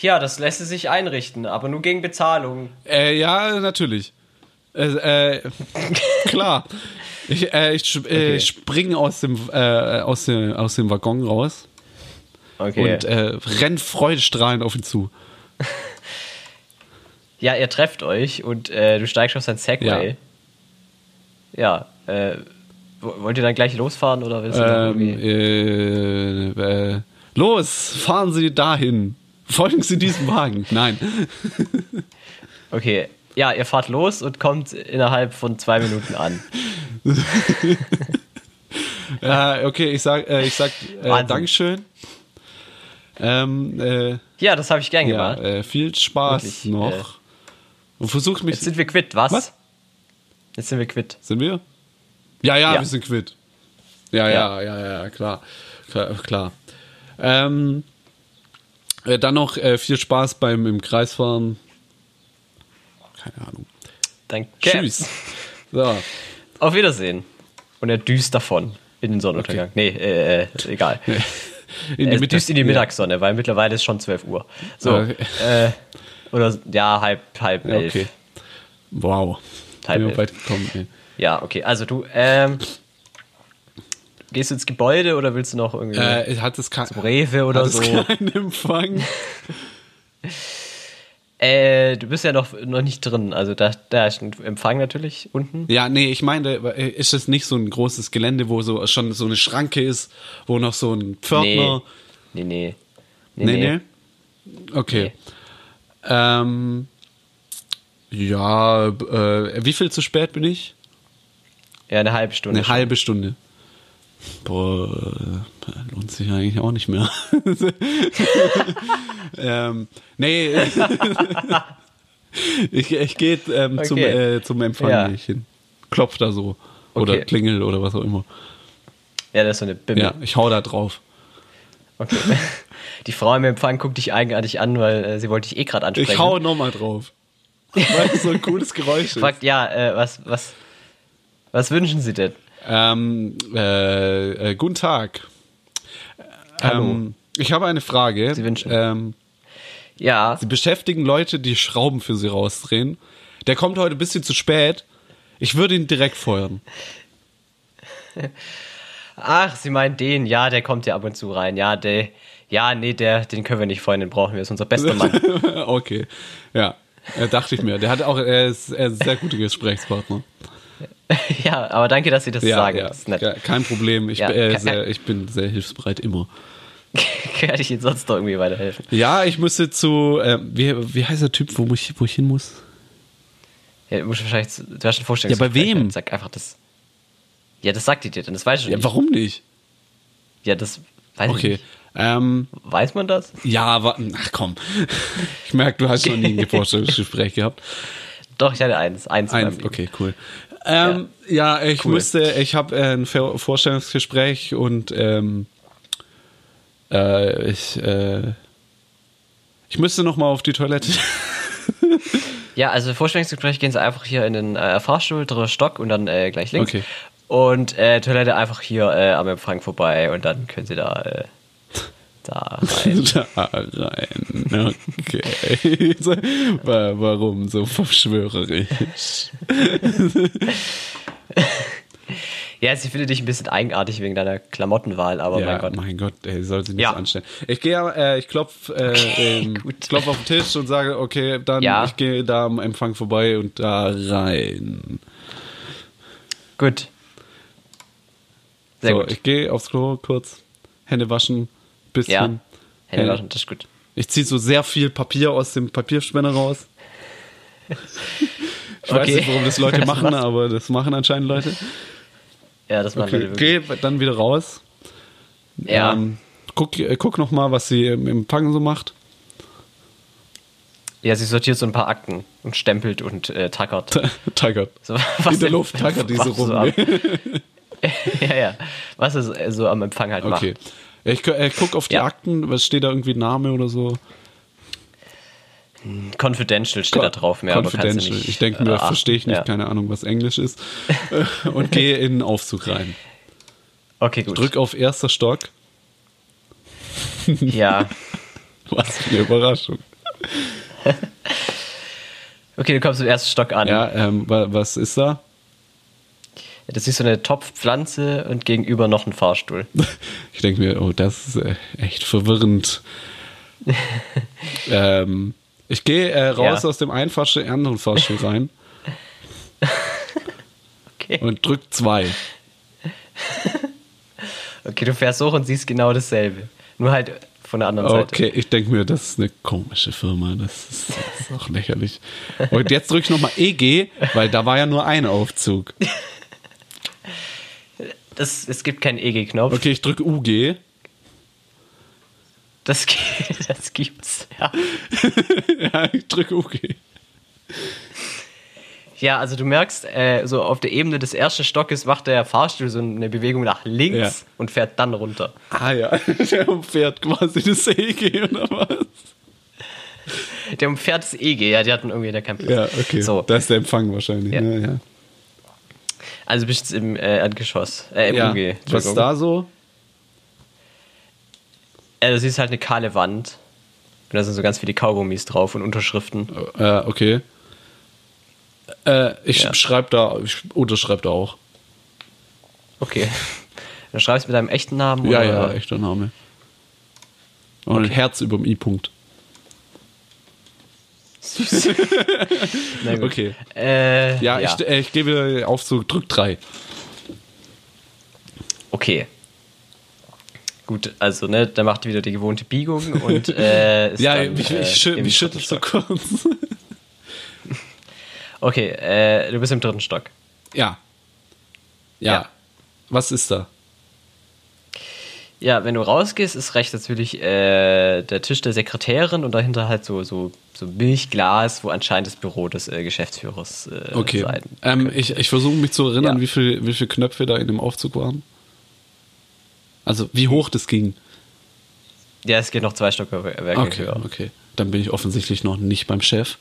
Speaker 2: ja, das lässt sich einrichten, aber nur gegen Bezahlung.
Speaker 1: Äh, ja, natürlich. Äh, äh, klar. Ich, äh, ich sch- äh,
Speaker 2: Okay.
Speaker 1: springe aus dem, äh, aus, dem, aus dem Waggon raus
Speaker 2: Okay.
Speaker 1: und äh, renn freudestrahlend auf ihn zu.
Speaker 2: ja, ihr trefft euch und äh, du steigst auf sein Segway. Ja. äh, wo- wollt ihr dann gleich losfahren oder willst du noch
Speaker 1: Ähm,
Speaker 2: irgendwie?
Speaker 1: äh, äh, los, fahren Sie dahin. Folgen Sie diesem Wagen. Nein.
Speaker 2: Okay. Ja, ihr fahrt los und kommt innerhalb von zwei Minuten an.
Speaker 1: Äh, okay, ich sag, äh, ich sag äh,
Speaker 2: Wahnsinn.
Speaker 1: Dankeschön. Ähm, äh,
Speaker 2: Ja, das habe ich gern
Speaker 1: ja,
Speaker 2: gemacht.
Speaker 1: äh, viel Spaß
Speaker 2: Wirklich,
Speaker 1: noch.
Speaker 2: äh,
Speaker 1: Und versucht mich.
Speaker 2: Jetzt sind wir quitt, was?
Speaker 1: äh, Was?
Speaker 2: Jetzt sind wir quitt.
Speaker 1: Sind wir? Ja, ja,
Speaker 2: Ja.
Speaker 1: wir sind quitt. Ja, ja, ja, ja, klar. Klar. klar. Ähm, äh, dann noch äh, viel Spaß beim im Kreisfahren. Keine Ahnung.
Speaker 2: Danke.
Speaker 1: Tschüss. So.
Speaker 2: Auf Wiedersehen. Und er düst davon in den Sonnenuntergang. Nee, äh, äh, egal.
Speaker 1: In
Speaker 2: er Also düst in die
Speaker 1: Ja. Ah,
Speaker 2: Mittagssonne, weil mittlerweile ist schon 12 Uhr. So.
Speaker 1: Okay.
Speaker 2: Äh, oder ja, halb, halb
Speaker 1: Ja,
Speaker 2: elf.
Speaker 1: okay. Wow.
Speaker 2: Halb
Speaker 1: Bin
Speaker 2: elf.
Speaker 1: wir weit gekommen, ey.
Speaker 2: Ja, okay. Also du, ähm, gehst du ins Gebäude oder willst du noch irgendwie
Speaker 1: Äh, hat es kein,
Speaker 2: Rewe
Speaker 1: hat
Speaker 2: oder
Speaker 1: es
Speaker 2: so?
Speaker 1: keinen Empfang?
Speaker 2: Äh, du bist ja noch, noch nicht drin. Also da, da ist ein Empfang natürlich unten.
Speaker 1: Ja, nee, ich meine, da ist es nicht so ein großes Gelände, wo so schon so eine Schranke ist, wo noch so ein Pförtner.
Speaker 2: Nee, nee.
Speaker 1: Nee, nee. Okay. Ähm, ja, b- äh, wie viel zu spät bin ich?
Speaker 2: Ja, eine halbe Stunde.
Speaker 1: Eine halbe Stunde. Boah, äh, lohnt sich eigentlich auch nicht mehr. ähm, nee, ich, ich gehe ähm, zum,
Speaker 2: Okay.
Speaker 1: äh, zum Empfang
Speaker 2: Ja.
Speaker 1: nicht hin. Klopf da so. Oder
Speaker 2: Okay.
Speaker 1: klingel oder was auch immer.
Speaker 2: Ja, das ist so eine Bimmel.
Speaker 1: Ja, ich hau da drauf.
Speaker 2: Okay. Die Frau im Empfang guckt dich eigenartig an, weil äh, sie wollte dich eh gerade ansprechen.
Speaker 1: Ich hau nochmal drauf. Weil es so ein cooles Geräusch ist.
Speaker 2: Fragt, ja, äh, was, was, was wünschen sie denn?
Speaker 1: Ähm, äh, äh, guten Tag. Ähm, ich habe eine Frage.
Speaker 2: Sie wünschen.
Speaker 1: Ähm,
Speaker 2: Ja,
Speaker 1: Sie beschäftigen Leute, die Schrauben für sie rausdrehen. Der kommt heute ein bisschen zu spät. Ich würde ihn direkt feuern.
Speaker 2: ach, sie meint den, ja, der kommt ja ab und zu rein, ja, der, ja, nee, der, den können wir nicht freuen, den brauchen wir, ist unser bester Mann.
Speaker 1: okay. Ja. Äh, dachte ich mir. Der hat auch er ist, er ist ein sehr guter Gesprächspartner.
Speaker 2: ja, aber danke, dass sie das
Speaker 1: Ja,
Speaker 2: sagen,
Speaker 1: ja.
Speaker 2: das ist nett.
Speaker 1: Ke- Kein Problem. Ich,
Speaker 2: Ja,
Speaker 1: äh,
Speaker 2: ke-
Speaker 1: sehr, ich bin sehr hilfsbereit immer.
Speaker 2: Kann ich ihnen sonst noch irgendwie weiterhelfen?
Speaker 1: Ja, ich müsste zu. Äh, wie, wie heißt der Typ, wo ich, wo ich hin muss?
Speaker 2: Ja, du musst wahrscheinlich, zu- du hast ein Vorstellung.
Speaker 1: Ja, bei wem?
Speaker 2: Sag einfach das. Ja, das sagt die dir, denn das weißt du
Speaker 1: Ja,
Speaker 2: nicht.
Speaker 1: warum nicht?
Speaker 2: Ja, das weiß ich
Speaker 1: Okay.
Speaker 2: nicht.
Speaker 1: Ähm,
Speaker 2: Weiß man das?
Speaker 1: ja, wa- ach komm. Ich merke, du hast noch nie ein Vorstellungsgespräch gehabt.
Speaker 2: Doch, ich hatte eins. Eins. in meinem
Speaker 1: Ein,
Speaker 2: Leben.
Speaker 1: okay, cool. Ähm, ja. ich müsste, ich habe äh, ein Ver- Vorstellungsgespräch und ähm, äh, ich, äh, ich müsste noch mal auf die Toilette.
Speaker 2: Ja, also Vorstellungsgespräch gehen sie einfach hier in den äh, Fahrstuhl, dritter Stock und dann äh, gleich links.
Speaker 1: Okay.
Speaker 2: Und äh, Toilette einfach hier äh, am Empfang vorbei und dann können sie da, äh, da rein.
Speaker 1: da rein. Okay. So, wa- Warum so verschwörerisch?
Speaker 2: ja, sie findet dich ein bisschen eigenartig wegen deiner Klamottenwahl, aber Oh mein Gott.
Speaker 1: ey, sollte nicht
Speaker 2: Ja.
Speaker 1: so anstellen. Ich gehe, äh, ich klopf, äh, ähm,
Speaker 2: gut.
Speaker 1: klopf auf den Tisch und sage, okay, dann
Speaker 2: Ja.
Speaker 1: ich gehe da am Empfang vorbei und da rein.
Speaker 2: Gut. Sehr
Speaker 1: so,
Speaker 2: gut.
Speaker 1: ich gehe aufs Klo kurz, Hände waschen, bisschen.
Speaker 2: ja. Hände
Speaker 1: Hände-
Speaker 2: waschen, das ist gut.
Speaker 1: Ich ziehe so sehr viel Papier aus dem Papierspender raus. Ich weiß
Speaker 2: Okay.
Speaker 1: nicht, warum das Leute
Speaker 2: Das
Speaker 1: machen, aber das machen anscheinend Leute.
Speaker 2: Ja, das machen
Speaker 1: Okay,
Speaker 2: wir wirklich.
Speaker 1: geh dann wieder raus.
Speaker 2: Ja.
Speaker 1: Ähm, guck äh, guck nochmal, was sie im Empfang so macht.
Speaker 2: Ja, sie sortiert so ein paar Akten und stempelt und äh, tackert.
Speaker 1: Taggart.
Speaker 2: So,
Speaker 1: In der
Speaker 2: denn-
Speaker 1: Luft taggart die so
Speaker 2: was
Speaker 1: rum.
Speaker 2: am-
Speaker 1: gell?
Speaker 2: ja, ja. Was es äh, so am Empfang halt
Speaker 1: Okay.
Speaker 2: macht.
Speaker 1: Ich gu- äh, guck auf die
Speaker 2: Ja.
Speaker 1: Akten, was steht da irgendwie Name oder so?
Speaker 2: Confidential steht da drauf, mehr aber kannst du
Speaker 1: Confidential.
Speaker 2: nicht.
Speaker 1: Ich denke mir,
Speaker 2: äh,
Speaker 1: verstehe ich nicht,
Speaker 2: ja.
Speaker 1: keine Ahnung, was Englisch ist. Äh, Und gehe in den Aufzug rein.
Speaker 2: Okay, gut.
Speaker 1: Drück auf erster Stock.
Speaker 2: Ja.
Speaker 1: Was für eine Überraschung.
Speaker 2: Okay, du kommst im ersten Stock an.
Speaker 1: Ja, ähm, wa- was ist da?
Speaker 2: Das ist so eine Topfpflanze und gegenüber noch ein Fahrstuhl.
Speaker 1: Ich denke mir, oh, das ist äh, echt verwirrend. ähm, ich gehe äh, raus
Speaker 2: Ja.
Speaker 1: aus dem einen Fahrstuhl, in den anderen Fahrstuhl rein
Speaker 2: Okay.
Speaker 1: und drück zwei.
Speaker 2: Okay, du fährst hoch und siehst genau dasselbe. Nur halt von der anderen Seite.
Speaker 1: Okay, ich denke mir, das ist eine komische Firma. Das ist, das ist auch lächerlich. Und jetzt drücke ich nochmal EG, weil da war ja nur ein Aufzug.
Speaker 2: Das, es gibt keinen E EG-Knopf.
Speaker 1: Okay, ich drücke UG.
Speaker 2: Das, gi- das gibt's. Ja.
Speaker 1: ja, ich drücke UG.
Speaker 2: Ja, also du merkst, äh, so auf der Ebene des ersten Stockes macht der Fahrstuhl so eine Bewegung nach links
Speaker 1: Ja.
Speaker 2: und fährt dann runter.
Speaker 1: Ah ja, der umfährt quasi das EG oder was?
Speaker 2: Der umfährt das EG, ja, die hatten irgendwie da keinen Platz.
Speaker 1: Ja, okay.
Speaker 2: So,
Speaker 1: Da ist der Empfang wahrscheinlich. ne?
Speaker 2: Ja.
Speaker 1: Ja, ja.
Speaker 2: also bist du im äh, Erdgeschoss, äh, im
Speaker 1: ja.
Speaker 2: UG.
Speaker 1: Was
Speaker 2: Entschuldigung.
Speaker 1: ist da so?
Speaker 2: Äh, du siehst halt eine kahle Wand und da sind so ganz viele Kaugummis drauf und Unterschriften.
Speaker 1: Äh, okay. Äh, ich
Speaker 2: Ja.
Speaker 1: schreibe da, ich unterschreibe da auch.
Speaker 2: Okay. Dann schreibst du mit deinem echten Namen
Speaker 1: Ja,
Speaker 2: oder
Speaker 1: ja, echter Name. Und ein Herz über dem I-Punkt.
Speaker 2: süß. Na gut.
Speaker 1: Okay.
Speaker 2: Äh,
Speaker 1: Ja,
Speaker 2: ja,
Speaker 1: ich, äh, ich gehe wieder auf so Drück 3.
Speaker 2: Okay. Gut, also, ne, da macht ihr wieder die gewohnte Biegung und äh, ist
Speaker 1: Ja,
Speaker 2: dann,
Speaker 1: mich,
Speaker 2: äh,
Speaker 1: ich, schü
Speaker 2: im
Speaker 1: mich schüttelt so
Speaker 2: dritten Stock.
Speaker 1: kurz.
Speaker 2: Okay, äh, du bist im dritten Stock.
Speaker 1: ja. ja.
Speaker 2: Ja.
Speaker 1: Was ist da?
Speaker 2: Ja, wenn du rausgehst, ist rechts natürlich äh, der Tisch der Sekretärin und dahinter halt so, so, so Milchglas, wo anscheinend das Büro des äh, Geschäftsführers äh,
Speaker 1: Okay.
Speaker 2: sein.
Speaker 1: Ähm, ich ich versuche mich zu erinnern,
Speaker 2: Ja.
Speaker 1: wie viele wie viel Knöpfe da in dem Aufzug waren. Also, wie hoch das ging.
Speaker 2: Ja, es geht noch zwei Stockwerke.
Speaker 1: Okay,
Speaker 2: höher.
Speaker 1: okay. Dann bin ich offensichtlich noch nicht beim Chef,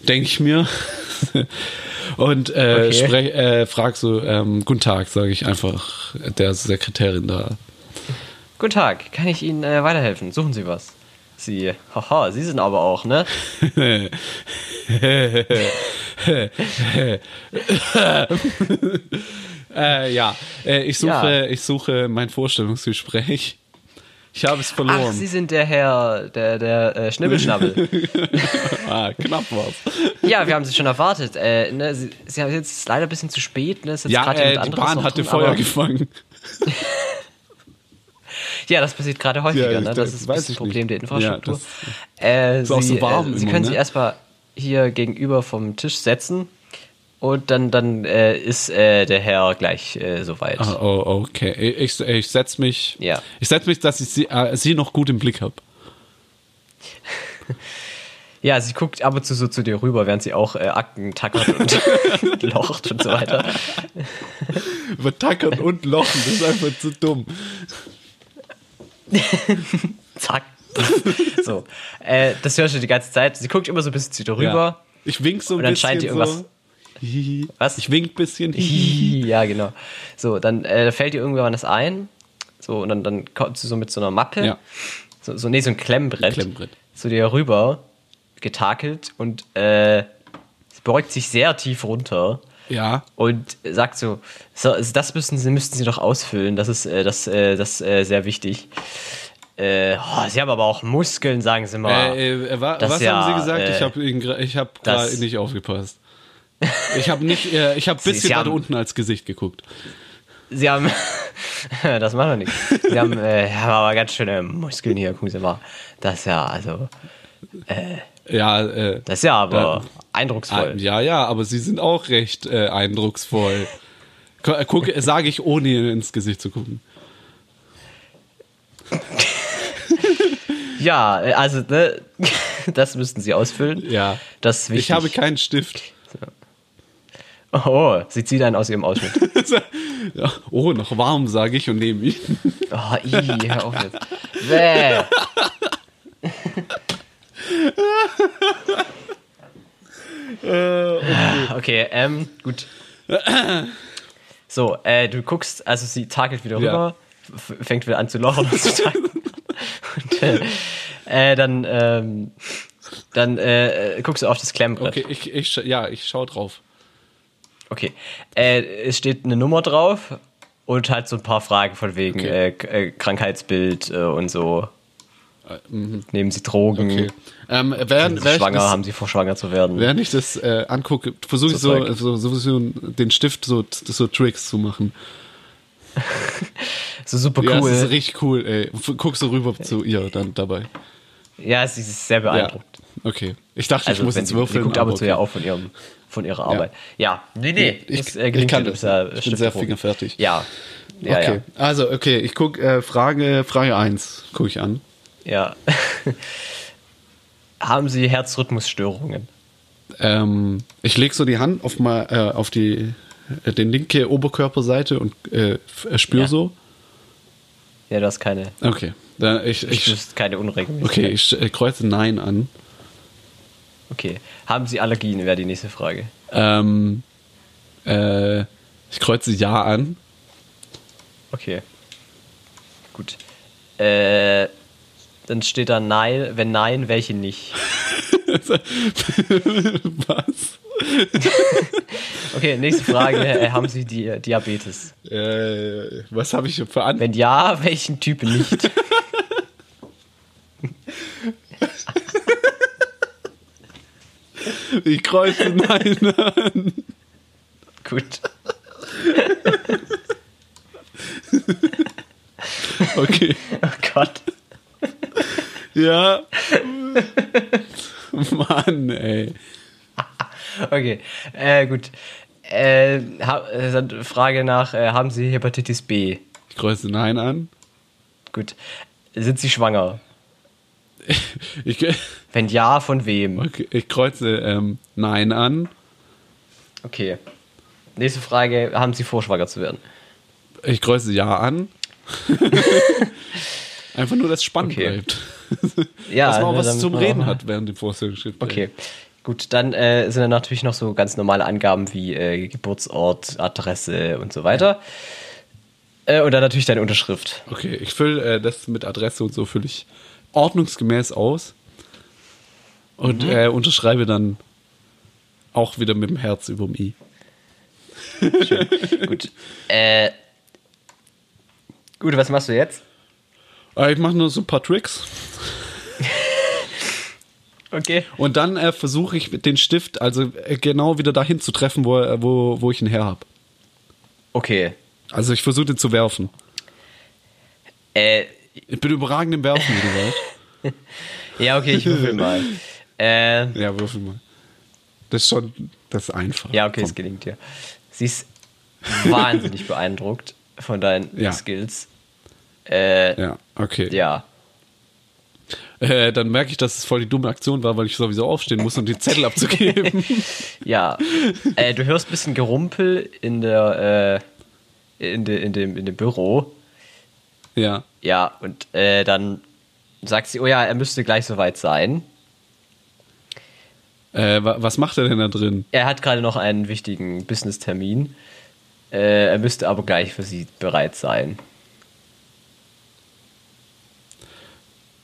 Speaker 1: denke ich mir. Und äh,
Speaker 2: Okay.
Speaker 1: sprech, äh, frag so, ähm, guten Tag, sage ich einfach der Sekretärin da.
Speaker 2: Guten Tag, kann ich Ihnen äh, weiterhelfen? Suchen Sie was? Sie, haha, Sie sind aber auch, ne?
Speaker 1: Äh, ja, äh, ich suche,
Speaker 2: Ja.
Speaker 1: ich suche mein Vorstellungsgespräch. Ich habe es
Speaker 2: Ach,
Speaker 1: verloren.
Speaker 2: Sie sind der Herr, der, der äh, Schnibbelschnabbel.
Speaker 1: ah, knapp war's.
Speaker 2: ja, wir haben Sie schon erwartet. Äh, ne, Sie, Sie haben jetzt es ist leider ein bisschen zu spät, ne? Ist jetzt
Speaker 1: Ja,
Speaker 2: gerade
Speaker 1: äh,
Speaker 2: jemand
Speaker 1: die
Speaker 2: anderes
Speaker 1: Bahn
Speaker 2: noch
Speaker 1: hatte
Speaker 2: drin,
Speaker 1: Feuer
Speaker 2: aber-
Speaker 1: gefangen.
Speaker 2: Ja, das passiert gerade häufiger,
Speaker 1: Ja,
Speaker 2: ne?
Speaker 1: ich-
Speaker 2: Das ist
Speaker 1: weiß
Speaker 2: ein bisschen
Speaker 1: ich
Speaker 2: Problem
Speaker 1: nicht.
Speaker 2: der Infrastruktur. äh,
Speaker 1: auch
Speaker 2: Sie,
Speaker 1: so warm
Speaker 2: äh, Sie
Speaker 1: immer,
Speaker 2: können
Speaker 1: ne?
Speaker 2: sich erstmal hier gegenüber vom Tisch setzen und dann, dann äh, ist äh, der Herr gleich äh, soweit.
Speaker 1: Ah, oh, okay. Ich, ich setze mich.
Speaker 2: Ja.
Speaker 1: Ich setze mich, dass ich sie, äh, sie noch gut im Blick habe.
Speaker 2: Ja, sie guckt ab und zu so zu dir rüber, während sie auch äh, Akten tackert und locht und so weiter.
Speaker 1: Übertackern und lochen, das ist einfach zu dumm.
Speaker 2: Zack. so. Äh, das hörst du die ganze Zeit. Sie guckt immer so ein bisschen zu dir rüber.
Speaker 1: Ja. Ich wink so ein
Speaker 2: Und dann
Speaker 1: bisschen.
Speaker 2: scheint ihr irgendwas-
Speaker 1: So. Hihi.
Speaker 2: Was?
Speaker 1: Ich wink ein bisschen. Hihi.
Speaker 2: Ja, genau. So, dann äh, fällt ihr irgendwann das ein. So, und dann, dann kommt sie so mit so einer Mappe.
Speaker 1: Ja.
Speaker 2: So, so, nee, so ein Klemmbrett.
Speaker 1: Klemmbrett.
Speaker 2: Zu dir rüber, getakelt und äh, sie beugt sich sehr tief runter.
Speaker 1: Ja.
Speaker 2: Und sagt so, so also das müssen sie, müssten sie doch ausfüllen, das ist, äh, das, äh, das äh, sehr wichtig. Äh, oh, sie haben aber auch Muskeln, sagen sie mal.
Speaker 1: Äh, äh, wa
Speaker 2: Das
Speaker 1: was
Speaker 2: ja,
Speaker 1: haben Sie gesagt?
Speaker 2: äh,
Speaker 1: ich habe Ihnen- ich hab
Speaker 2: das-
Speaker 1: gerade nicht aufgepasst. Ich habe nicht, äh, ich habe
Speaker 2: Sie-
Speaker 1: bisschen
Speaker 2: Sie
Speaker 1: weiter
Speaker 2: haben-
Speaker 1: unten als Gesicht geguckt.
Speaker 2: Sie haben. das macht doch nichts. Sie haben, äh, haben aber ganz schöne Muskeln hier, gucken Sie mal. Das ist ja, also,
Speaker 1: Ja, äh,
Speaker 2: das ist ja aber
Speaker 1: Da- ah,
Speaker 2: eindrucksvoll.
Speaker 1: ja, ja, aber Sie sind auch recht äh, eindrucksvoll. Gu- Guck, sage ich, ohne Ihnen ins Gesicht zu gucken.
Speaker 2: Ja, äh, also, ne, das müssten Sie ausfüllen.
Speaker 1: Ja.
Speaker 2: Das ist wichtig.
Speaker 1: Ich habe keinen Stift.
Speaker 2: oh, sie zieht einen aus ihrem Ausschnitt.
Speaker 1: Ja, oh, noch warm, sage ich und nehme ihn.
Speaker 2: Oh, ii, hör auf jetzt. Bäh.
Speaker 1: Äh,
Speaker 2: Okay, ähm, gut. So, äh, du guckst, also sie takelt wieder
Speaker 1: Ja.
Speaker 2: rüber, f- fängt wieder an zu lochen und zu takeln. Und äh, äh, dann, ähm, dann äh, äh, guckst du auf das Klemmbrett.
Speaker 1: Okay, ich, ich, scha- ja, ich schaue drauf.
Speaker 2: Okay. Äh, es steht eine Nummer drauf und halt so ein paar Fragen von wegen
Speaker 1: Okay.
Speaker 2: äh, K- äh, Krankheitsbild äh, und so. Nehmen Sie Drogen?
Speaker 1: Ah, mhm. Okay. Ähm, während,
Speaker 2: Sind
Speaker 1: während,
Speaker 2: Sie
Speaker 1: ich
Speaker 2: schwanger?
Speaker 1: das,
Speaker 2: Haben Sie vor, schwanger zu werden?
Speaker 1: während ich das äh, angucke, versuche ich so,
Speaker 2: Zeug.
Speaker 1: so, so, so den Stift so, so Tricks zu machen.
Speaker 2: So super
Speaker 1: Ja, das ist
Speaker 2: cool.
Speaker 1: richtig cool, ey. F- Guck so rüber zu ihr dann dabei.
Speaker 2: Ja, sie ist sehr
Speaker 1: Ja.
Speaker 2: beeindruckt.
Speaker 1: Okay. Ich dachte,
Speaker 2: Also,
Speaker 1: ich muss
Speaker 2: wenn
Speaker 1: jetzt
Speaker 2: sie,
Speaker 1: würfeln.
Speaker 2: sie guckt ab und zu
Speaker 1: okay.
Speaker 2: ja auch von, ihrem, von ihrer Arbeit. Ja, nee, nee.
Speaker 1: Ich-
Speaker 2: das,
Speaker 1: ich
Speaker 2: gelingt
Speaker 1: kann
Speaker 2: dir,
Speaker 1: das.
Speaker 2: du bist ja
Speaker 1: Ich bin
Speaker 2: Stift
Speaker 1: sehr
Speaker 2: erprobt.
Speaker 1: fingerfertig.
Speaker 2: Ja. Ja,
Speaker 1: okay.
Speaker 2: ja.
Speaker 1: Also, okay, ich gucke äh, Frage, Frage 1 gucke ich an.
Speaker 2: Ja. Haben Sie Herzrhythmusstörungen?
Speaker 1: Ähm, ich lege so die Hand auf, mal, äh, auf die äh, den linke Oberkörperseite und äh, spüre
Speaker 2: Ja.
Speaker 1: so.
Speaker 2: Ja, du hast keine.
Speaker 1: Okay. Da, ich,
Speaker 2: Ich
Speaker 1: ich,
Speaker 2: spürst keine Unregelmäßigkeit.
Speaker 1: okay, ich äh, kreuze Nein an.
Speaker 2: Okay. Haben Sie Allergien, wäre die nächste Frage.
Speaker 1: Ähm, äh, ich kreuze Ja an.
Speaker 2: Okay. Gut. Äh, dann steht da Nein. Wenn nein, welche nicht?
Speaker 1: Was?
Speaker 2: Okay, nächste Frage. äh, haben Sie die Diabetes?
Speaker 1: Äh, was habe ich für an?
Speaker 2: Wenn ja, welchen Typ nicht?
Speaker 1: Ich kreuze Nein an.
Speaker 2: Gut.
Speaker 1: Okay.
Speaker 2: Oh Gott.
Speaker 1: Ja. Mann, ey.
Speaker 2: Okay. Äh, gut. Äh, ha, äh, dann Frage nach, äh, haben Sie Hepatitis B?
Speaker 1: Ich kreuze Nein an.
Speaker 2: Gut. Sind Sie schwanger?
Speaker 1: Ich,
Speaker 2: Wenn ja, von wem?
Speaker 1: okay, ich kreuze ähm, Nein an.
Speaker 2: Okay. Nächste Frage, haben Sie vor, schwanger zu werden?
Speaker 1: Ich kreuze Ja an. Einfach nur, dass es spannend
Speaker 2: Okay.
Speaker 1: bleibt.
Speaker 2: Ja,
Speaker 1: dass man auch
Speaker 2: ne,
Speaker 1: was
Speaker 2: damit
Speaker 1: zum
Speaker 2: man auch
Speaker 1: Reden
Speaker 2: mal-
Speaker 1: hat während dem Vorstellungsschritt.
Speaker 2: Okay. Gut, dann äh, sind dann natürlich noch so ganz normale Angaben wie äh, Geburtsort, Adresse und so weiter. Äh, und dann natürlich deine Unterschrift.
Speaker 1: Okay, ich fülle äh, das mit Adresse und so fülle ich ordnungsgemäß aus und
Speaker 2: Mhm.
Speaker 1: äh, unterschreibe dann auch wieder mit dem Herz über dem i.
Speaker 2: Gut. Äh, gut, was machst du jetzt?
Speaker 1: Äh, ich mache nur so ein paar Tricks
Speaker 2: Okay.
Speaker 1: und dann äh, versuche ich den Stift also äh, genau wieder dahin zu treffen, wo, er- wo, wo ich ihn her habe.
Speaker 2: Okay.
Speaker 1: Also ich versuche den zu werfen.
Speaker 2: Äh,
Speaker 1: Ich bin überragend im Werfen, wie du weißt.
Speaker 2: ja, okay, ich würfel mal. Äh,
Speaker 1: Ja, würfel mal. Das ist schon, das ist einfach.
Speaker 2: ja, okay,
Speaker 1: Komm.
Speaker 2: es gelingt dir. Sie ist wahnsinnig beeindruckt von deinen
Speaker 1: Ja.
Speaker 2: Skills. Äh,
Speaker 1: Ja, okay.
Speaker 2: ja.
Speaker 1: Äh, dann merke ich, dass es voll die dumme Aktion war, weil ich sowieso aufstehen muss, um den Zettel abzugeben.
Speaker 2: Ja, äh, du hörst ein bisschen Gerumpel in der, äh, in, de, in, dem, in dem Büro.
Speaker 1: ja.
Speaker 2: Ja, und äh, dann sagt sie, oh ja, er müsste gleich soweit sein.
Speaker 1: Äh, wa- was macht er denn da drin?
Speaker 2: Er hat gerade noch einen wichtigen Business-Termin. Äh, er müsste aber gleich für sie bereit sein.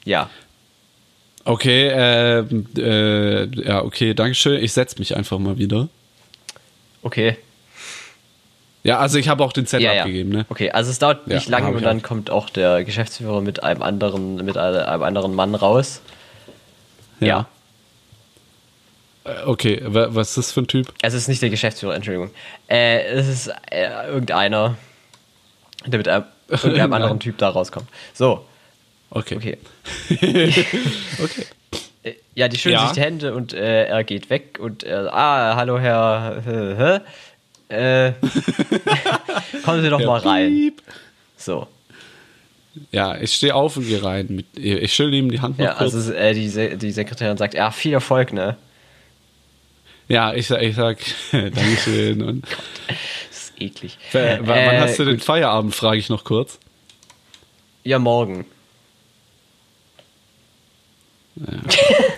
Speaker 2: Ja,
Speaker 1: Okay, äh, äh, ja, okay, Dankeschön. Ich setze mich einfach mal wieder.
Speaker 2: okay.
Speaker 1: Ja, also ich habe auch den Zettel
Speaker 2: Ja, ja.
Speaker 1: abgegeben, ne?
Speaker 2: Okay, also es dauert
Speaker 1: Ja,
Speaker 2: nicht lange
Speaker 1: hab ich
Speaker 2: und dann
Speaker 1: auch.
Speaker 2: kommt auch der Geschäftsführer mit einem anderen, mit einem anderen Mann raus. ja.
Speaker 1: Äh, Okay, wa- was ist das für ein Typ?
Speaker 2: Es ist nicht der Geschäftsführer, Entschuldigung. Äh, es ist äh, irgendeiner, der mit einem, irgendeinem
Speaker 1: Nein.
Speaker 2: anderen Typ da rauskommt. So,
Speaker 1: Okay.
Speaker 2: okay.
Speaker 1: okay.
Speaker 2: Äh, Ja, die schütteln
Speaker 1: Ja.
Speaker 2: sich die Hände und äh, er geht weg und äh, ah, hallo Herr. Äh, äh, kommen Sie doch mal rein.
Speaker 1: Piep.
Speaker 2: So.
Speaker 1: Ja, ich stehe auf und gehe rein. Mit, ich schüttle ihm die Hand noch
Speaker 2: Ja,
Speaker 1: kurz.
Speaker 2: also äh, die, Se die Sekretärin sagt, ja, viel Erfolg, ne?
Speaker 1: ja, ich, sa- ich sag Dankeschön. Und,
Speaker 2: Das ist eklig.
Speaker 1: Äh, wa- wann
Speaker 2: Äh,
Speaker 1: hast du den Feierabend, frage ich noch kurz.
Speaker 2: Ja, morgen.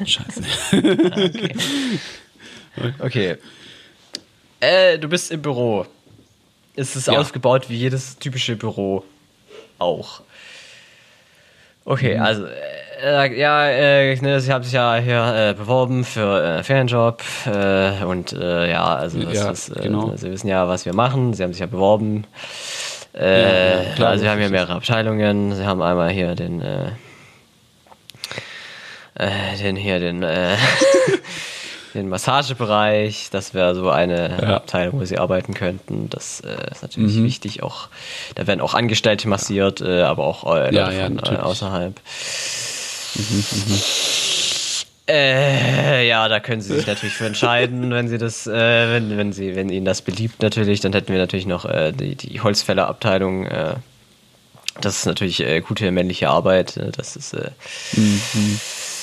Speaker 1: Scheiße.
Speaker 2: Okay. Äh, du bist im Büro. Es ist
Speaker 1: Ja.
Speaker 2: aufgebaut wie jedes typische Büro auch.
Speaker 1: Mhm.
Speaker 2: Okay, also, äh, er sagt, ja, äh, ne, sie haben sich ja hier äh, beworben für äh, Ferienjob äh, und äh, ja, also das
Speaker 1: Ja,
Speaker 2: ist, äh,
Speaker 1: genau.
Speaker 2: sie wissen ja, was wir machen, sie haben sich ja beworben. Äh,
Speaker 1: Ja, ja, klar,
Speaker 2: also wir haben
Speaker 1: das
Speaker 2: hier
Speaker 1: ist-
Speaker 2: mehrere Abteilungen, sie haben einmal hier den, äh, äh, den hier, den, äh, den Massagebereich, das wäre so eine
Speaker 1: Ja. Mhm.
Speaker 2: Abteilung, wo sie arbeiten könnten. Das äh, ist natürlich wichtig. Auch da werden auch Angestellte massiert, äh, aber auch äh, Leute
Speaker 1: Ja, ja,
Speaker 2: von, äh,
Speaker 1: natürlich. Mhm,
Speaker 2: außerhalb. Äh, ja, da können Sie sich natürlich für entscheiden, wenn Sie das, äh, wenn, wenn Sie, wenn Ihnen das beliebt natürlich, dann hätten wir natürlich noch äh, die, die Holzfällerabteilung. Äh, ne? das ist natürlich äh, gute männliche Arbeit. äh, Das ist, äh,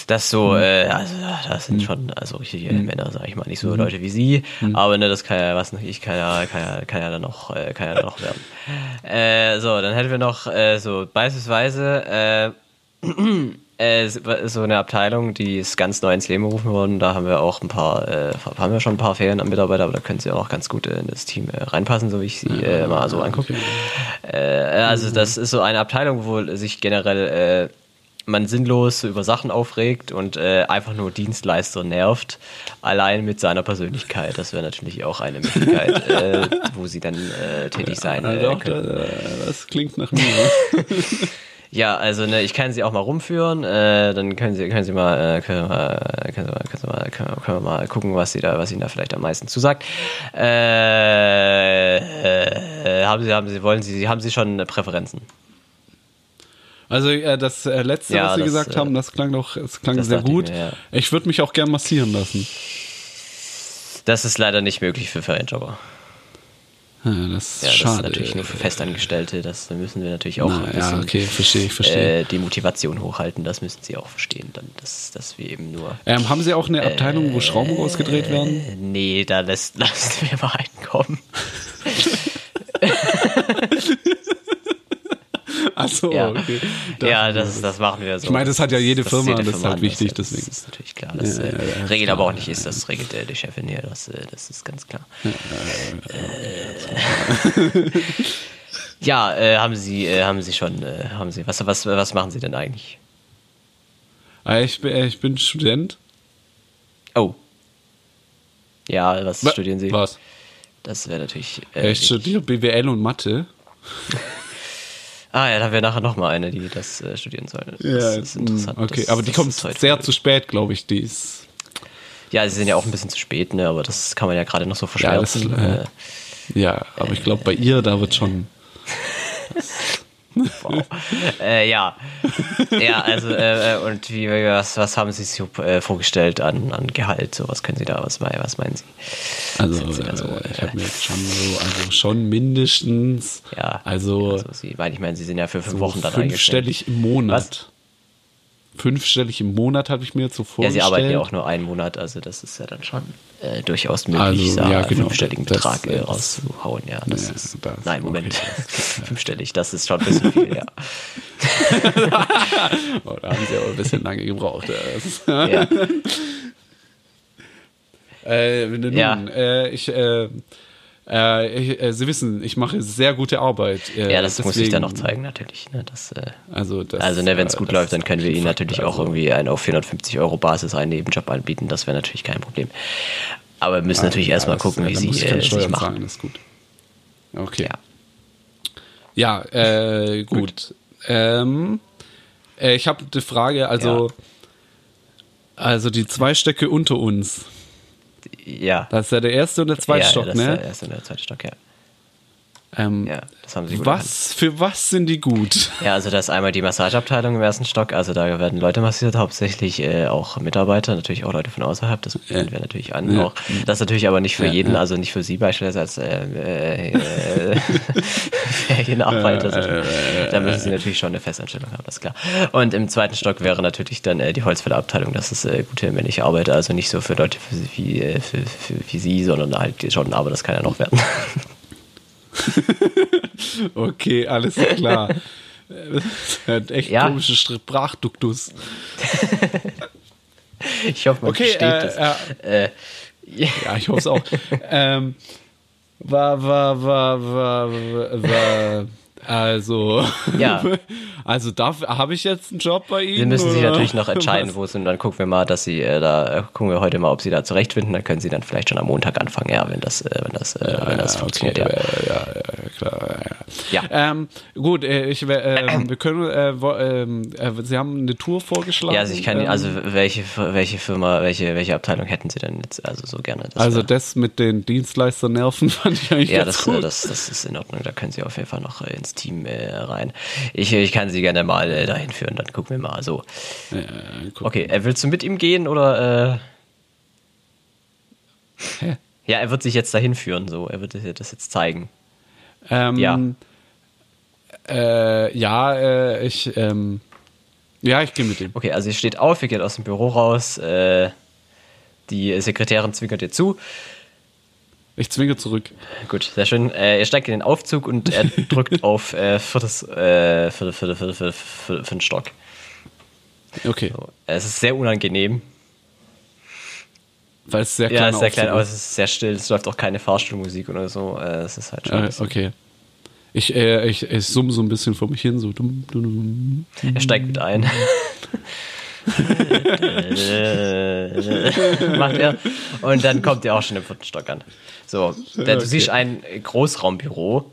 Speaker 2: Das so, äh, also, das sind schon also richtige Männer, sag ich mal, nicht so Leute wie sie, aber ne, das kann ja was ich kann ja kann ja kann ja dann noch äh, kann ja dann noch werden. Äh, so, dann hätten wir noch äh, so beispielsweise äh, äh, so eine Abteilung, die ist ganz neu ins Leben gerufen worden. Da haben wir auch ein paar, äh, haben wir schon ein paar Ferien an Mitarbeiter, aber da können sie auch noch ganz gut äh, in das Team äh, reinpassen, so wie ich sie äh, mal so angucke. Äh, also das ist so eine Abteilung, wo sich generell äh, man sinnlos über Sachen aufregt und äh, einfach nur Dienstleister nervt, allein mit seiner Persönlichkeit. Das wäre natürlich auch eine Möglichkeit, äh, wo sie dann äh, tätig sein
Speaker 1: Na
Speaker 2: äh,
Speaker 1: doch,
Speaker 2: können.
Speaker 1: das, das klingt nach mir.
Speaker 2: Ja, also ne, ich kann sie auch mal rumführen, äh, dann können sie, können sie mal, äh, können, wir mal, können, sie mal, können, sie mal können, wir- können wir mal gucken, was sie da, was ihnen da vielleicht am meisten zusagt. Äh, äh, haben sie, haben sie, wollen sie, haben sie schon Präferenzen?
Speaker 1: Also äh, das äh, letzte,
Speaker 2: Ja,
Speaker 1: was Sie
Speaker 2: das,
Speaker 1: gesagt
Speaker 2: äh,
Speaker 1: haben, das klang doch, es klang
Speaker 2: das
Speaker 1: sehr
Speaker 2: dachte ich
Speaker 1: gut.
Speaker 2: mir, ja.
Speaker 1: Ich würde mich auch gern massieren lassen.
Speaker 2: Das ist leider nicht möglich für Verentjobber.
Speaker 1: Ja, das ist
Speaker 2: Ja, das
Speaker 1: schade.
Speaker 2: ist natürlich nur für Festangestellte, das müssen wir natürlich auch
Speaker 1: Na,
Speaker 2: ein
Speaker 1: ja,
Speaker 2: bisschen
Speaker 1: okay, verstehe, ich verstehe.
Speaker 2: äh, die Motivation hochhalten, das müssen sie auch verstehen, dann, dass, dass wir eben nur.
Speaker 1: ähm, haben Sie auch eine Abteilung, wo Schrauben rausgedreht werden?
Speaker 2: Äh, nee, da lässt, lasst mir mal einkommen.
Speaker 1: Achso,
Speaker 2: ja,
Speaker 1: okay.
Speaker 2: ja das, das machen wir so.
Speaker 1: Ich meine, das hat ja jede
Speaker 2: sieht
Speaker 1: Firma,
Speaker 2: jede
Speaker 1: das ist halt
Speaker 2: anders,
Speaker 1: wichtig,
Speaker 2: ja, Das
Speaker 1: deswegen.
Speaker 2: ist natürlich klar. Das
Speaker 1: Ja, ja,
Speaker 2: äh,
Speaker 1: ja,
Speaker 2: regelt aber auch nicht ist, das regelt äh, die Chefin hier, das, äh, das ist ganz klar. Ja, äh, haben Sie, äh, haben Sie schon, äh, haben Sie, was, was, was machen Sie denn eigentlich?
Speaker 1: Ah, Ich, bin- äh, ich bin Student.
Speaker 2: Oh. Ja, was studieren Sie?
Speaker 1: Was?
Speaker 2: Das wäre natürlich.
Speaker 1: Äh,
Speaker 2: Äh,
Speaker 1: ich studiere BWL und Mathe.
Speaker 2: ah ja, da haben wir nachher nochmal eine, die das äh, studieren soll. Das ist interessant.
Speaker 1: mm, Okay,
Speaker 2: das,
Speaker 1: aber die
Speaker 2: das
Speaker 1: kommt
Speaker 2: ist heute
Speaker 1: sehr
Speaker 2: früh.
Speaker 1: zu spät, glaube ich. Die ist.
Speaker 2: Ja, sie sind ja auch ein bisschen zu spät, ne? Aber das kann man ja gerade noch so
Speaker 1: Ja, das
Speaker 2: verschmerzen.
Speaker 1: ist-
Speaker 2: äh,
Speaker 1: Ja, aber ich glaube, bei ihr, da wird schon.
Speaker 2: wow. äh, ja. ja, also äh, äh, und wie was, was haben Sie sich so, äh, vorgestellt an, an Gehalt? So was können Sie da was mei- was meinen Sie?
Speaker 1: Also,
Speaker 2: Sind sie da so,
Speaker 1: äh, ich
Speaker 2: äh,
Speaker 1: habe mir jetzt schon so, also schon mindestens.
Speaker 2: Ja.
Speaker 1: Also,
Speaker 2: also sie, weil ich meine, Sie sind ja für fünf
Speaker 1: so
Speaker 2: Wochen dann eingestellt.
Speaker 1: Also fünfstellig im Monat. Fünfstellig im Monat habe ich mir jetzt so
Speaker 2: Ja,
Speaker 1: vorgestellt.
Speaker 2: Sie arbeiten ja auch nur einen Monat, also das ist ja dann schon äh, durchaus
Speaker 1: Also,
Speaker 2: möglich, also, da
Speaker 1: ja,
Speaker 2: einen
Speaker 1: genau,
Speaker 2: fünfstelligen
Speaker 1: das-
Speaker 2: Betrag äh,
Speaker 1: das-
Speaker 2: rauszuhauen. Ja, das
Speaker 1: Ja,
Speaker 2: ist,
Speaker 1: das-
Speaker 2: nein, Moment,
Speaker 1: okay,
Speaker 2: fünfstellig, das ist schon ein bisschen viel, ja.
Speaker 1: Oh, da haben sie aber ein bisschen lange gebraucht. Das-
Speaker 2: ja.
Speaker 1: Äh, nun,
Speaker 2: Ja.
Speaker 1: äh, ich, äh, äh, ich, äh, Sie wissen, ich mache sehr gute Arbeit. äh,
Speaker 2: Ja, das muss ich dann noch
Speaker 1: deswegen-
Speaker 2: zeigen, natürlich. Ne? Das, äh,
Speaker 1: Also, das,
Speaker 2: also, ne, wenn es
Speaker 1: äh,
Speaker 2: gut
Speaker 1: das
Speaker 2: läuft, dann
Speaker 1: ist
Speaker 2: können wir
Speaker 1: ein
Speaker 2: Ihnen
Speaker 1: Fakt.
Speaker 2: natürlich auch
Speaker 1: Also,
Speaker 2: irgendwie einen auf 450 Euro Basis einen Nebenjob anbieten, das wäre natürlich kein Problem. Aber wir müssen natürlich
Speaker 1: ja,
Speaker 2: erstmal
Speaker 1: das-
Speaker 2: gucken,
Speaker 1: ja,
Speaker 2: wie
Speaker 1: dann
Speaker 2: Sie
Speaker 1: muss ich keine
Speaker 2: äh, sich
Speaker 1: Steuern
Speaker 2: machen.
Speaker 1: zahlen, das ist gut. Okay. Ja,
Speaker 2: Ja.
Speaker 1: äh, gut. Ähm, äh, ich habe eine Frage, also, also die zwei Stöcke unter uns.
Speaker 2: Ja.
Speaker 1: Das ist ja der erste und der zweite
Speaker 2: ja,
Speaker 1: Stock,
Speaker 2: das
Speaker 1: ne?
Speaker 2: Ist der erste und der zweite Stock, ja.
Speaker 1: ähm,
Speaker 2: ja das haben Sie gut erkannt.
Speaker 1: was, für was sind die gut?
Speaker 2: Ja, also da ist einmal die Massageabteilung im ersten Stock, also da werden Leute massiert, hauptsächlich äh, auch Mitarbeiter, natürlich auch Leute von außerhalb, das bieten wir natürlich an.
Speaker 1: Ja.
Speaker 2: Auch, das natürlich aber nicht für
Speaker 1: Ja,
Speaker 2: jeden,
Speaker 1: ja.
Speaker 2: also nicht für Sie beispielsweise als äh, äh, äh, Ferienarbeiter. Also, da müssen Sie natürlich schon eine Festanstellung haben, das ist klar. Und im zweiten Stock wäre natürlich dann äh, die Holzfällerabteilung, das ist äh, gute männliche Arbeit, also nicht so für Leute für, Sie- wie, äh, für, für, wie Sie, sondern halt schon, aber das kann ja noch werden.
Speaker 1: Okay, alles klar. Das ist ein echt
Speaker 2: Ja.
Speaker 1: komischer Sprachduktus.
Speaker 2: Ich hoffe, man
Speaker 1: Okay,
Speaker 2: versteht das.
Speaker 1: äh, äh,
Speaker 2: Äh,
Speaker 1: ja, ich hoffe es auch. ähm, war, war, war, war, war, war, also,
Speaker 2: Ja.
Speaker 1: also darf, habe ich jetzt einen Job bei Ihnen?
Speaker 2: Sie müssen sich
Speaker 1: oder?
Speaker 2: natürlich noch entscheiden, wo es sind. Dann gucken wir mal, dass sie äh, da äh, gucken wir heute mal, ob sie da zurechtfinden. Dann können sie dann vielleicht schon am Montag anfangen, ja, wenn das, äh, wenn das, äh, wenn das
Speaker 1: Ja, okay,
Speaker 2: funktioniert.
Speaker 1: ja.
Speaker 2: Ja.
Speaker 1: Äh, ja, ja, klar. Ja.
Speaker 2: Ja.
Speaker 1: Ähm, gut, äh, ich, wär- ähm, wir können, äh, wo, ähm, äh, Sie haben eine Tour vorgeschlagen.
Speaker 2: ja, also ich kann,
Speaker 1: ähm,
Speaker 2: also welche, welche Firma, welche, welche Abteilung hätten Sie denn jetzt also so gerne? Das
Speaker 1: Also
Speaker 2: wär-
Speaker 1: das mit den Dienstleisternerven fand ich eigentlich
Speaker 2: ja,
Speaker 1: ganz
Speaker 2: das, äh,
Speaker 1: gut.
Speaker 2: das, das ist in Ordnung. Da können Sie auf jeden Fall noch äh, ins Team äh, rein. Ich, ich kann Sie gerne mal äh, dahin führen. Dann gucken wir mal. So,
Speaker 1: Ja, guck.
Speaker 2: okay. Äh, willst du mit ihm gehen oder? Äh,
Speaker 1: Hä?
Speaker 2: ja, er wird sich jetzt dahin führen. So, er wird dir das jetzt zeigen.
Speaker 1: Ähm,
Speaker 2: Ja.
Speaker 1: Äh, ja, äh, ich, ähm, Ja, ich gehe mit dem.
Speaker 2: Okay, also ihr steht auf, ihr geht aus dem Büro raus, äh, die Sekretärin zwinkert ihr zu.
Speaker 1: Ich zwinge zurück.
Speaker 2: Gut, sehr schön. Äh, ihr steigt in den Aufzug und er drückt auf äh, viertes, äh, vierte, vierte, vierte, vierte, vierte, vierten Stock.
Speaker 1: Okay,
Speaker 2: So. Es ist sehr unangenehm.
Speaker 1: weil es sehr klein
Speaker 2: Ja, es ist sehr klein, aber
Speaker 1: aus.
Speaker 2: es ist sehr still. Es läuft auch keine Fahrstuhlmusik oder so. Äh, es ist halt schon. ein
Speaker 1: Äh,
Speaker 2: bisschen-
Speaker 1: okay. Ich, äh, ich, ich summ so ein bisschen vor mich hin, so dum, dum, dum.
Speaker 2: Er steigt mit ein. Macht er. Und dann kommt ihr auch schon im vierten Stock an. So, da, du
Speaker 1: Okay.
Speaker 2: siehst ein Großraumbüro,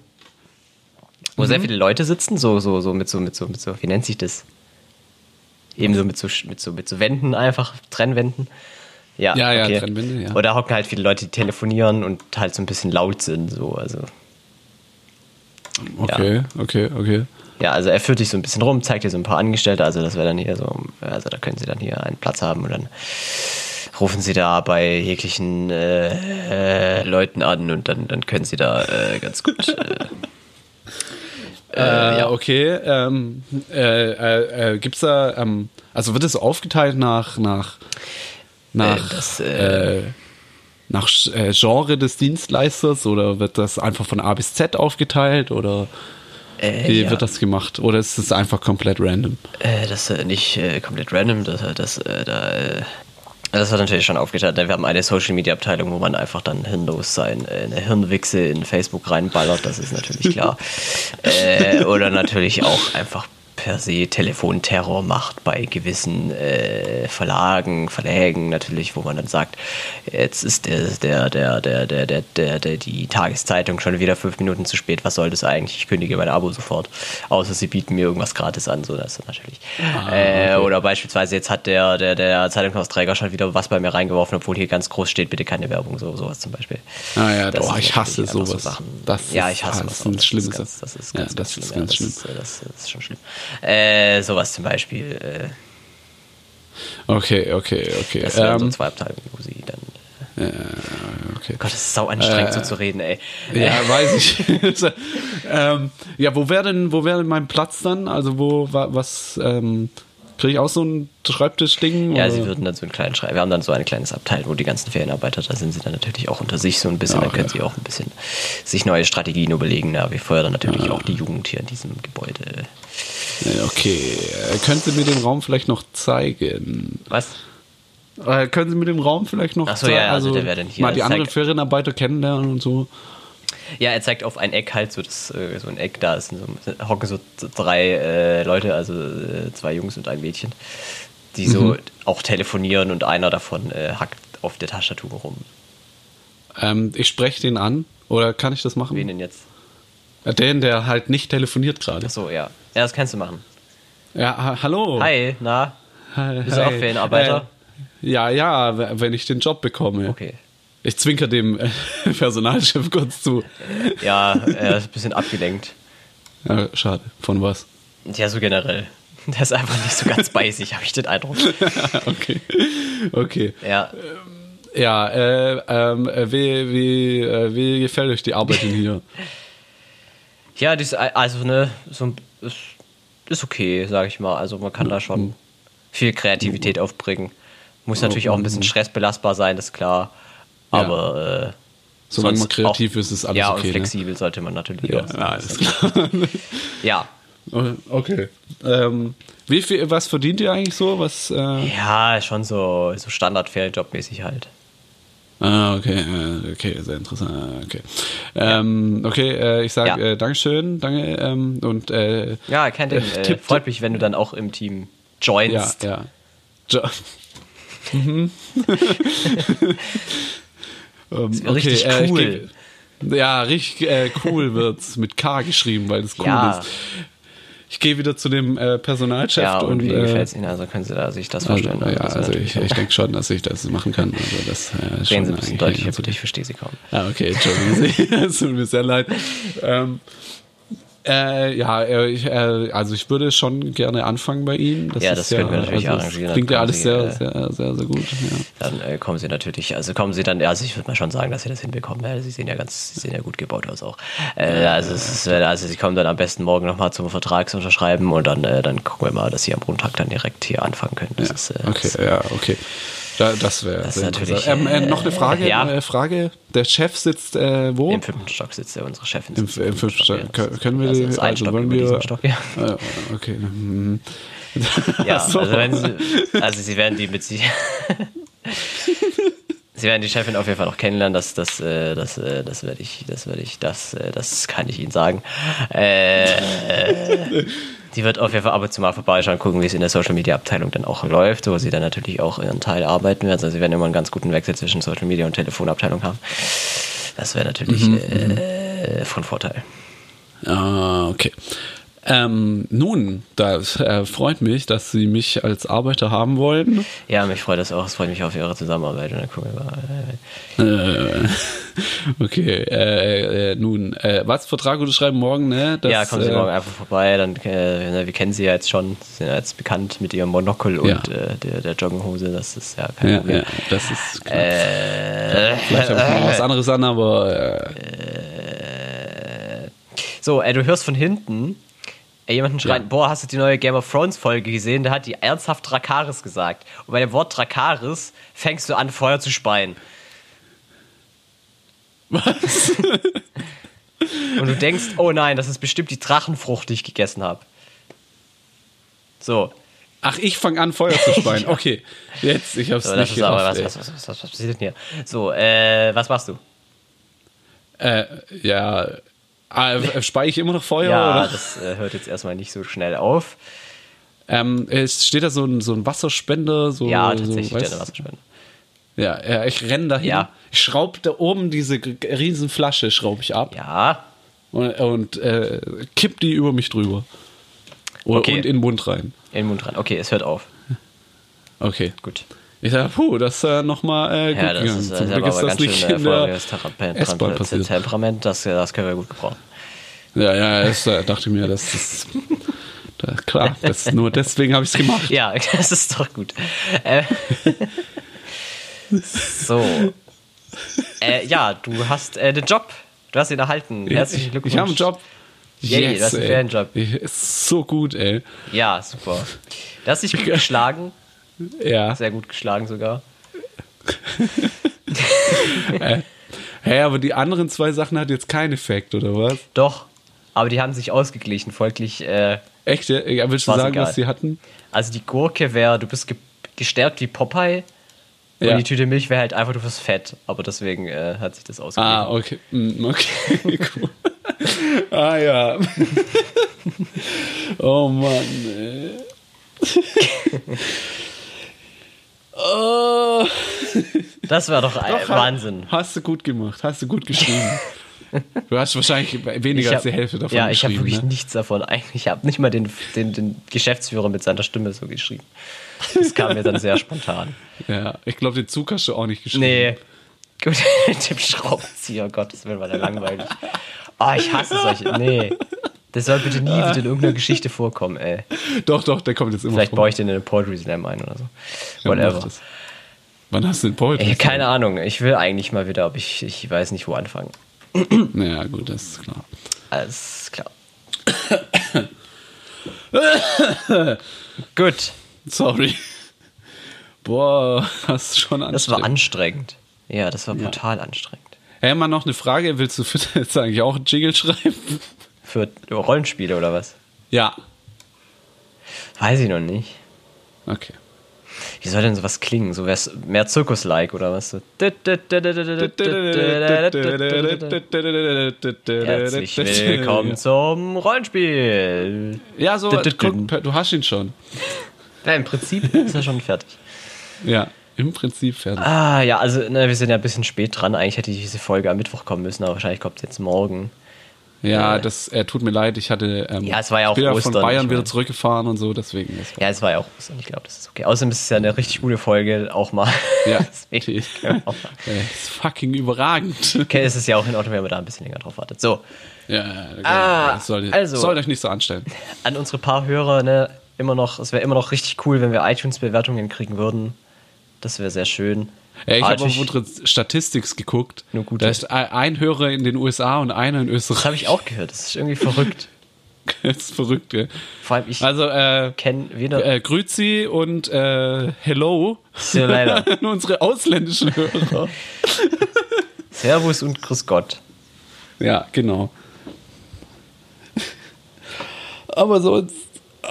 Speaker 2: wo
Speaker 1: Mhm.
Speaker 2: sehr viele Leute sitzen, so, so, so, mit so, mit so, mit so, wie nennt sich das? Eben so mit so, mit so, mit so Wänden einfach, Trennwänden. Ja,
Speaker 1: Ja, ja, Trennwände, ja.
Speaker 2: Und da hocken halt viele Leute, die telefonieren und halt so ein bisschen laut sind, so, also.
Speaker 1: Okay, okay, okay.
Speaker 2: Ja, also er führt dich so ein bisschen rum, zeigt dir so ein paar Angestellte, also das wäre dann hier so, also da können sie dann hier einen Platz haben und dann rufen sie da bei jeglichen äh, äh, Leuten an und dann, dann können sie da äh, ganz gut. Äh,
Speaker 1: Äh, ja, okay. Ähm, äh, äh, äh, gibt's da, ähm, also wird es aufgeteilt nach, nach, nach,
Speaker 2: Äh, das,
Speaker 1: äh,
Speaker 2: äh,
Speaker 1: nach Sch- äh, Genre des Dienstleisters oder wird das einfach von A bis Z aufgeteilt oder
Speaker 2: äh,
Speaker 1: wie
Speaker 2: ja,
Speaker 1: wird das gemacht? Oder ist es einfach komplett random?
Speaker 2: Äh, das ist äh, nicht äh, komplett random, das, äh, das, äh, da, äh, das wird natürlich schon aufgeteilt. Wir haben eine Social Media Abteilung, wo man einfach dann hirnlos sein, äh, eine Hirnwichse in Facebook reinballert, das ist natürlich klar. äh, oder natürlich auch einfach per se Telefonterror macht bei gewissen äh, Verlagen, Verlägen natürlich, wo man dann sagt, jetzt ist der, der, der, der, der, der, der, der die Tageszeitung schon wieder fünf Minuten zu spät, was soll das eigentlich? Ich kündige mein Abo sofort. Außer sie bieten mir irgendwas gratis an, so das ist natürlich.
Speaker 1: Ah,
Speaker 2: äh, oder beispielsweise jetzt hat der, der, der Zeitungsausträger schon wieder was bei mir reingeworfen, obwohl hier ganz groß steht, bitte keine Werbung, so sowas zum Beispiel.
Speaker 1: Ah ja,
Speaker 2: Das
Speaker 1: oh,
Speaker 2: sind
Speaker 1: ich hasse
Speaker 2: natürlich einfach
Speaker 1: sowas.
Speaker 2: Sachen.
Speaker 1: Das
Speaker 2: ja,
Speaker 1: ist-
Speaker 2: ich hasse
Speaker 1: ah, das
Speaker 2: sowas
Speaker 1: ist ein
Speaker 2: auch. Das
Speaker 1: schlimmes-
Speaker 2: ist ganz, das ist
Speaker 1: ja,
Speaker 2: ganz,
Speaker 1: das
Speaker 2: ganz
Speaker 1: ist
Speaker 2: schlimm.
Speaker 1: ganz
Speaker 2: ja, Das, das ist schon schlimm. Äh, sowas zum Beispiel. Äh,
Speaker 1: Okay, okay, okay.
Speaker 2: das wären so
Speaker 1: Ähm,
Speaker 2: zwei Abteilungen, wo sie dann.
Speaker 1: okay.
Speaker 2: Gott, das ist sau anstrengend, so zu reden, ey.
Speaker 1: Äh, Ja, weiß ich. ähm, ja, wo wäre denn, wo wäre denn mein Platz dann? Also wo, wa, was, ähm, kriege ich auch so ein Schreibtischding?
Speaker 2: Ja,
Speaker 1: oder?
Speaker 2: sie würden dann so einen kleinen Schrei. Wir haben dann so ein kleines Abteil, wo die ganzen Ferienarbeiter, da sind sie dann natürlich auch unter sich so ein bisschen.
Speaker 1: Ja,
Speaker 2: dann können
Speaker 1: ja.
Speaker 2: sie auch ein bisschen sich neue Strategien überlegen. Ja, wir feuern dann natürlich auch die Jugend hier in diesem Gebäude.
Speaker 1: Äh, Okay, äh, können Sie mir den Raum vielleicht noch zeigen?
Speaker 2: Was?
Speaker 1: Äh, können Sie mir den Raum vielleicht noch
Speaker 2: Ach so,
Speaker 1: zeigen?
Speaker 2: ja, also der wäre dann hier.
Speaker 1: Mal die
Speaker 2: Zeig-
Speaker 1: anderen Ferienarbeiter kennenlernen und so.
Speaker 2: Ja, er zeigt auf ein Eck halt, so, das, äh, so ein Eck, da ist so, hocken so drei äh, Leute, also äh, zwei Jungs und ein Mädchen, die so
Speaker 1: Mhm.
Speaker 2: auch telefonieren und einer davon äh, hackt auf der Tastatur rum.
Speaker 1: Ähm, ich spreche den an. Oder kann ich das machen?
Speaker 2: Wen denn jetzt?
Speaker 1: Äh, Den, der halt nicht telefoniert gerade.
Speaker 2: Achso, ja. Ja, das kannst du machen.
Speaker 1: Ja, ha hallo.
Speaker 2: Hi, na?
Speaker 1: Hi.
Speaker 2: Bist du auch Ferienarbeiter?
Speaker 1: Äh, ja, ja, w- wenn ich den Job bekomme.
Speaker 2: Okay.
Speaker 1: Ich zwinker dem äh, Personalchef kurz zu.
Speaker 2: Ja, er ist ein bisschen abgelenkt.
Speaker 1: Ja, schade. Von was?
Speaker 2: Ja, so generell. Der ist einfach nicht so ganz bei sich, habe ich den Eindruck.
Speaker 1: okay. Okay.
Speaker 2: Ja,
Speaker 1: Ja, äh, ähm, äh, wie, wie, äh, wie gefällt euch die Arbeit denn hier?
Speaker 2: ja das, also ne, so ein, ist, ist okay, sage ich mal. Also man kann da schon viel Kreativität aufbringen. Muss natürlich auch ein bisschen stressbelastbar sein, das ist klar.
Speaker 1: Ja.
Speaker 2: Aber äh,
Speaker 1: Solange man
Speaker 2: sonst
Speaker 1: kreativ ist, ist alles
Speaker 2: ja,
Speaker 1: okay,
Speaker 2: und
Speaker 1: ne?
Speaker 2: flexibel sollte man natürlich auch sein.
Speaker 1: alles klar.
Speaker 2: Ja,
Speaker 1: okay. Ähm, wie viel, was verdient ihr eigentlich so? Was, äh,
Speaker 2: ja, schon so, so Standard-Ferienjob-mäßig halt.
Speaker 1: ah, okay, äh, okay, sehr interessant. ah, Okay, ähm, okay äh, ich sage
Speaker 2: Ja.
Speaker 1: äh, Dankeschön, danke ähm, und äh,
Speaker 2: Ja, kein Ding.
Speaker 1: Äh,
Speaker 2: Äh,
Speaker 1: Tipp,
Speaker 2: freut mich, wenn du dann auch im Team
Speaker 1: ja,
Speaker 2: joinst.
Speaker 1: ja. Jo Mhm. Ähm,
Speaker 2: wär richtig
Speaker 1: äh, ich
Speaker 2: cool.
Speaker 1: geb- ja, richtig äh, cool wird's mit K geschrieben, weil es cool
Speaker 2: Ja.
Speaker 1: ist. Ich gehe wieder zu dem äh, Personalchef
Speaker 2: Ja, und,
Speaker 1: und,
Speaker 2: wie
Speaker 1: äh,
Speaker 2: gefällt's Ihnen? Also können Sie da sich das
Speaker 1: Also,
Speaker 2: vorstellen?
Speaker 1: ja,
Speaker 2: das
Speaker 1: also
Speaker 2: natürlich
Speaker 1: ich, ich denke schon, dass ich das machen kann. Also das, äh, ist
Speaker 2: Reden Sie
Speaker 1: schon
Speaker 2: ein bisschen
Speaker 1: eigentlich
Speaker 2: deutlicher,
Speaker 1: ganz
Speaker 2: bitte,
Speaker 1: okay.
Speaker 2: ich verstehe Sie kaum.
Speaker 1: Ah, okay, Entschuldigung. es tut mir sehr leid. Ähm, Äh, ja, äh, ich, äh, also ich würde schon gerne anfangen bei ihm.
Speaker 2: Ja, das können wir natürlich
Speaker 1: also das
Speaker 2: arrangieren, dann
Speaker 1: Klingt ja
Speaker 2: können
Speaker 1: alles
Speaker 2: Sie,
Speaker 1: sehr,
Speaker 2: äh,
Speaker 1: sehr, sehr, sehr gut. Ja.
Speaker 2: Dann äh, kommen sie natürlich, also kommen sie dann, also ich würde mal schon sagen, dass sie das hinbekommen. Ja, sie sehen ja ganz, sie sehen ja gut gebaut aus auch. Äh, also, es ist, äh, also sie kommen dann am besten morgen nochmal zum Vertragsunterschreiben und dann, äh, dann gucken wir mal, dass sie am Montag dann direkt hier anfangen können. Das ist, äh,
Speaker 1: Okay, ja, okay. Da, das wäre
Speaker 2: Das
Speaker 1: sehr
Speaker 2: ist natürlich,
Speaker 1: interessant. Ähm, äh, noch eine Frage,
Speaker 2: äh, ja.
Speaker 1: äh, Frage. Der Chef sitzt äh, wo?
Speaker 2: Im fünften Stock sitzt ja unsere Chefin.
Speaker 1: Im,
Speaker 2: sitzt
Speaker 1: im fünften Stock.
Speaker 2: ja.
Speaker 1: Kö- Können wir,
Speaker 2: Also
Speaker 1: die-
Speaker 2: es ist ein
Speaker 1: also
Speaker 2: Stock
Speaker 1: wollen
Speaker 2: über
Speaker 1: wir,
Speaker 2: diesem Stock, ja.
Speaker 1: Äh, okay. mhm.
Speaker 2: Ja,
Speaker 1: So.
Speaker 2: also, wenn sie, also sie werden die mit sie. sie werden die Chefin auf jeden Fall noch kennenlernen, das, das, äh, das, äh, das werde ich, das werde ich, das, äh, das kann ich Ihnen sagen. Äh, äh, die wird auf jeden Fall ab und zu mal vorbeischauen, gucken, wie es in der Social Media Abteilung dann auch läuft, wo sie dann natürlich auch ihren Teil arbeiten werden. Also sie werden immer einen ganz guten Wechsel zwischen Social Media und Telefonabteilung haben. Das wäre natürlich äh, von Vorteil.
Speaker 1: Ah, okay. Ähm, nun, das äh, freut mich, dass Sie mich als Arbeiter haben wollen.
Speaker 2: Ja, mich freut das auch. Es freut mich auf Ihre Zusammenarbeit und dann gucken wir mal. Äh,
Speaker 1: Äh, okay, äh, äh, nun, äh, was? Vertrag unterschreiben morgen, ne? Das,
Speaker 2: ja, kommen Sie
Speaker 1: äh,
Speaker 2: morgen einfach vorbei, dann äh, ne, wir kennen Sie ja jetzt schon, Sie sind ja jetzt bekannt mit Ihrem Monokel und
Speaker 1: Ja.
Speaker 2: äh, der, der Joggenhose, das ist ja kein
Speaker 1: Ja,
Speaker 2: Problem.
Speaker 1: ja, das ist klar.
Speaker 2: Äh,
Speaker 1: Vielleicht habe ich noch was anderes an, aber äh,
Speaker 2: so, äh, du hörst von hinten äh, jemanden schreien, boah, hast du die neue Game of Thrones Folge gesehen? Da hat die ernsthaft Drakaris gesagt. Und bei dem Wort Drakaris fängst du an, Feuer zu speien.
Speaker 1: was?
Speaker 2: Und du denkst, oh nein, das ist bestimmt die Drachenfrucht, die ich gegessen habe. So,
Speaker 1: Ach, ich fange an, Feuer zu speien. Okay, jetzt, ich habe es
Speaker 2: so das
Speaker 1: nicht
Speaker 2: ist aber,
Speaker 1: gerafft.
Speaker 2: was,
Speaker 1: ey.
Speaker 2: was, was, was, was passiert denn hier? So, äh, was machst du?
Speaker 1: Äh, ja. Ah, äh, speie ich immer noch Feuer?
Speaker 2: Ja,
Speaker 1: oder?
Speaker 2: das äh, hört jetzt erstmal nicht so schnell auf.
Speaker 1: Ähm, es steht da so ein, so ein Wasserspender? So,
Speaker 2: Ja,
Speaker 1: so,
Speaker 2: tatsächlich,
Speaker 1: Also, weißt-
Speaker 2: deine Wasserspende.
Speaker 1: Ja, ja, ich renn dahin.
Speaker 2: Ja.
Speaker 1: Ich schraub da oben diese g- g- riesen Flasche, schraub ich ab
Speaker 2: Ja,
Speaker 1: und, und äh, kipp die über mich drüber. O
Speaker 2: Okay.
Speaker 1: Und in den Mund rein.
Speaker 2: in den Mund rein. Okay, es hört auf.
Speaker 1: Okay.
Speaker 2: Gut.
Speaker 1: Ich dachte, puh, das ist ja nochmal äh, gut
Speaker 2: Ja, das
Speaker 1: gegangen.
Speaker 2: ist, das
Speaker 1: Zum
Speaker 2: ist
Speaker 1: Glück
Speaker 2: aber
Speaker 1: ist das
Speaker 2: ganz
Speaker 1: nicht
Speaker 2: schön äh,
Speaker 1: in der
Speaker 2: vorwärts Temperament.
Speaker 1: S-Bahn passiert.
Speaker 2: Temperament, das, äh, das können wir gut gebrauchen.
Speaker 1: Ja, ja, das äh, dachte ich mir, das ist... Da, klar, das, nur deswegen habe ich es gemacht.
Speaker 2: Ja, das ist doch gut. Äh, so. Äh, ja, du hast äh, den Job. Du hast ihn erhalten. Herzlichen Glückwunsch.
Speaker 1: Ich, ich habe einen Job.
Speaker 2: Yay, das ist ein
Speaker 1: ey.
Speaker 2: Ferienjob.
Speaker 1: Ich- Ist so gut, ey.
Speaker 2: Ja, super. Du hast dich gut geschlagen.
Speaker 1: Ja.
Speaker 2: Sehr gut geschlagen sogar.
Speaker 1: Hä, aber die anderen zwei Sachen hat jetzt keinen Effekt, oder was?
Speaker 2: Doch. Aber die haben sich ausgeglichen. Folglich. Äh,
Speaker 1: Echt? Ja? Ja, Willst du
Speaker 2: War's
Speaker 1: sagen,
Speaker 2: egal.
Speaker 1: was die hatten?
Speaker 2: Also die Gurke wäre, du bist ge gestärkt wie Popeye.
Speaker 1: Ja.
Speaker 2: Und die Tüte Milch wäre halt einfach nur fürs Fett. Aber deswegen äh, hat sich das ausgeglichen.
Speaker 1: Ah, okay. Hm, okay, cool. ah, ja. oh, Mann, ey. oh,
Speaker 2: Das war doch, ein Wahnsinn.
Speaker 1: Hast du gut gemacht, hast du gut geschrieben. Du hast wahrscheinlich weniger
Speaker 2: Ich
Speaker 1: als die
Speaker 2: hab-
Speaker 1: Hälfte davon
Speaker 2: Ja, ich habe
Speaker 1: geschrieben.
Speaker 2: wirklich
Speaker 1: ne?
Speaker 2: nichts davon. Eigentlich, ich habe nicht mal den, den, den Geschäftsführer mit seiner Stimme so geschrieben. Das kam mir dann sehr spontan.
Speaker 1: ne? Ja, ich glaube, den Zug hast du auch nicht geschrieben.
Speaker 2: Nee. Gut, mit dem Schraubenzieher, Gottes Willen, war der langweilig. Oh, ich hasse solche. Nee. Das soll bitte nie
Speaker 1: Ah.
Speaker 2: wieder in irgendeiner Geschichte vorkommen, ey.
Speaker 1: Doch, doch, der kommt jetzt immer
Speaker 2: Vielleicht
Speaker 1: vor.
Speaker 2: baue ich den in eine Poetry Slam ein oder so.
Speaker 1: Ja, mach
Speaker 2: Whatever.
Speaker 1: das. Wann hast du den Poetry?
Speaker 2: Ey,
Speaker 1: Slam?
Speaker 2: keine Ahnung, ich will eigentlich mal wieder, aber ich, ich weiß nicht, wo anfangen.
Speaker 1: Naja, gut, das ist klar.
Speaker 2: Alles klar. Gut,
Speaker 1: Sorry. Boah, das ist schon
Speaker 2: das war
Speaker 1: anstrengend.
Speaker 2: anstrengend. Ja, das war brutal anstrengend.
Speaker 1: Hey, mal noch eine Frage. Willst du für jetzt eigentlich auch einen Jingle schreiben?
Speaker 2: Für Rollenspiele oder was?
Speaker 1: Ja.
Speaker 2: Weiß ich noch nicht.
Speaker 1: Okay.
Speaker 2: Wie soll denn sowas klingen? So wär's mehr Zirkus-like oder was? So. Herzlich willkommen zum Rollenspiel.
Speaker 1: Ja, so, guck, du hast ihn schon.
Speaker 2: Ja, Im Prinzip ist er schon fertig.
Speaker 1: Ja, im Prinzip fertig.
Speaker 2: Ah, ja, also ne, wir sind ja ein bisschen spät dran. Eigentlich hätte diese Folge am Mittwoch kommen müssen, aber wahrscheinlich kommt es jetzt morgen.
Speaker 1: Ja, das äh, tut mir leid. Ich hatte. Ähm,
Speaker 2: Ja, es war ja
Speaker 1: ich
Speaker 2: auch
Speaker 1: bin ja von
Speaker 2: Ostern,
Speaker 1: Bayern
Speaker 2: ich
Speaker 1: wieder
Speaker 2: meine.
Speaker 1: zurückgefahren und so, deswegen. Ist,
Speaker 2: Ja, es war ja auch Ostern. Ich glaube, das ist okay. Außerdem ist es ja eine richtig gute Folge, auch mal.
Speaker 1: ja,
Speaker 2: Deswegen können wir auch mal-
Speaker 1: Äh, ist fucking überragend.
Speaker 2: okay, es ist ja auch in Ordnung, wenn man da ein bisschen länger drauf wartet. So,
Speaker 1: Ja, ja,
Speaker 2: Ah,
Speaker 1: das soll,
Speaker 2: also-
Speaker 1: sollt euch nicht so anstellen.
Speaker 2: an unsere paar Hörer, ne, immer noch, es wäre immer noch richtig cool, wenn wir iTunes-Bewertungen kriegen würden. Das wäre sehr schön.
Speaker 1: Ja, ich
Speaker 2: Aber
Speaker 1: habe auf
Speaker 2: natürlich-
Speaker 1: unsere Statistiks geguckt.
Speaker 2: Nur gute.
Speaker 1: Da ist ein- ein Hörer in den USA und einer in
Speaker 2: Das
Speaker 1: Österreich.
Speaker 2: habe ich auch gehört. Das ist irgendwie verrückt.
Speaker 1: das ist verrückt, gell?
Speaker 2: Vor allem ich
Speaker 1: Also, äh,
Speaker 2: kenne weder.
Speaker 1: äh, Grüzi und äh, Hello.
Speaker 2: See you later.
Speaker 1: an unsere ausländischen Hörer.
Speaker 2: Servus und Grüß Gott.
Speaker 1: ja, genau. Aber sonst.
Speaker 2: Ah,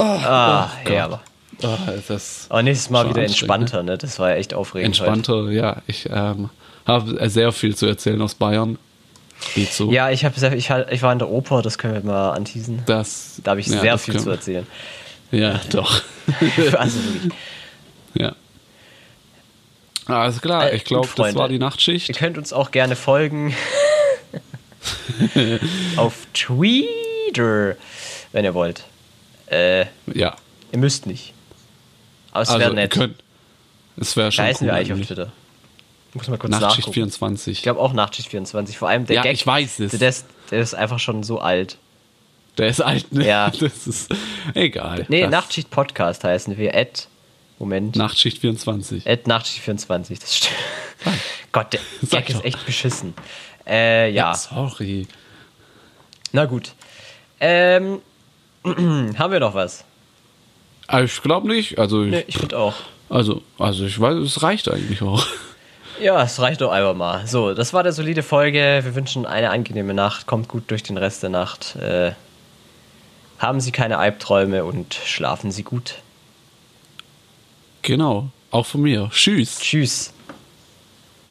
Speaker 1: Oh
Speaker 2: ja, aber.
Speaker 1: ah, ist das
Speaker 2: Aber nächstes Mal
Speaker 1: Schon
Speaker 2: wieder
Speaker 1: anstrengend,
Speaker 2: entspannter, ne? Das war ja echt aufregend. heute.
Speaker 1: entspannter, ja. Ich ähm, habe sehr viel zu erzählen aus Bayern. Geht so.
Speaker 2: Ja, ich, hab, sehr- ich, halt- ich war in der Oper, das können wir mal anteasen.
Speaker 1: Das,
Speaker 2: Da habe ich
Speaker 1: ja,
Speaker 2: sehr
Speaker 1: das
Speaker 2: viel
Speaker 1: können
Speaker 2: zu
Speaker 1: wir-
Speaker 2: erzählen.
Speaker 1: Ja, doch.
Speaker 2: also wirklich.
Speaker 1: Ja. Alles klar,
Speaker 2: Äh,
Speaker 1: ich glaube,
Speaker 2: gut,
Speaker 1: das
Speaker 2: Freunde.
Speaker 1: war die
Speaker 2: Ihr
Speaker 1: Nachtschicht.
Speaker 2: könnt uns auch gerne folgen. Auf Twitter, wenn ihr wollt. Äh,
Speaker 1: Ja,
Speaker 2: ihr müsst nicht. Aber es wäre
Speaker 1: also ihr
Speaker 2: nett.
Speaker 1: könnt. Es wäre
Speaker 2: Da
Speaker 1: schon
Speaker 2: heißen
Speaker 1: cool
Speaker 2: wir eigentlich auf
Speaker 1: eigentlich.
Speaker 2: Twitter. Muss mal kurz
Speaker 1: Nachtschicht
Speaker 2: nachgucken.
Speaker 1: 24.
Speaker 2: Ich glaube auch Nachtschicht 24. Vor allem der
Speaker 1: Ja,
Speaker 2: Gag.
Speaker 1: ich weiß es.
Speaker 2: Der ist, der ist einfach schon so alt.
Speaker 1: Der ist alt, ne?
Speaker 2: Ja.
Speaker 1: Das ist egal.
Speaker 2: Nee,
Speaker 1: das,
Speaker 2: Nachtschicht Podcast heißen wir. At, Moment.
Speaker 1: Nachtschicht 24.
Speaker 2: At Äh, Nachtschicht 24. Das stimmt. Gott, der
Speaker 1: Sag
Speaker 2: Gag ist
Speaker 1: doch.
Speaker 2: echt beschissen. Äh, ja.
Speaker 1: Sorry.
Speaker 2: Na gut. Ähm, haben wir noch was?
Speaker 1: Aber Äh, ich glaube nicht. Also ich,
Speaker 2: Nee, ich finde auch.
Speaker 1: also, also ich weiß, es reicht eigentlich auch.
Speaker 2: Ja, es reicht doch einfach mal. So, das war der solide Folge. Wir wünschen eine angenehme Nacht. Kommt gut durch den Rest der Nacht. Äh, haben Sie keine Albträume und schlafen Sie gut.
Speaker 1: Genau. Auch von mir. Tschüss.
Speaker 2: Tschüss.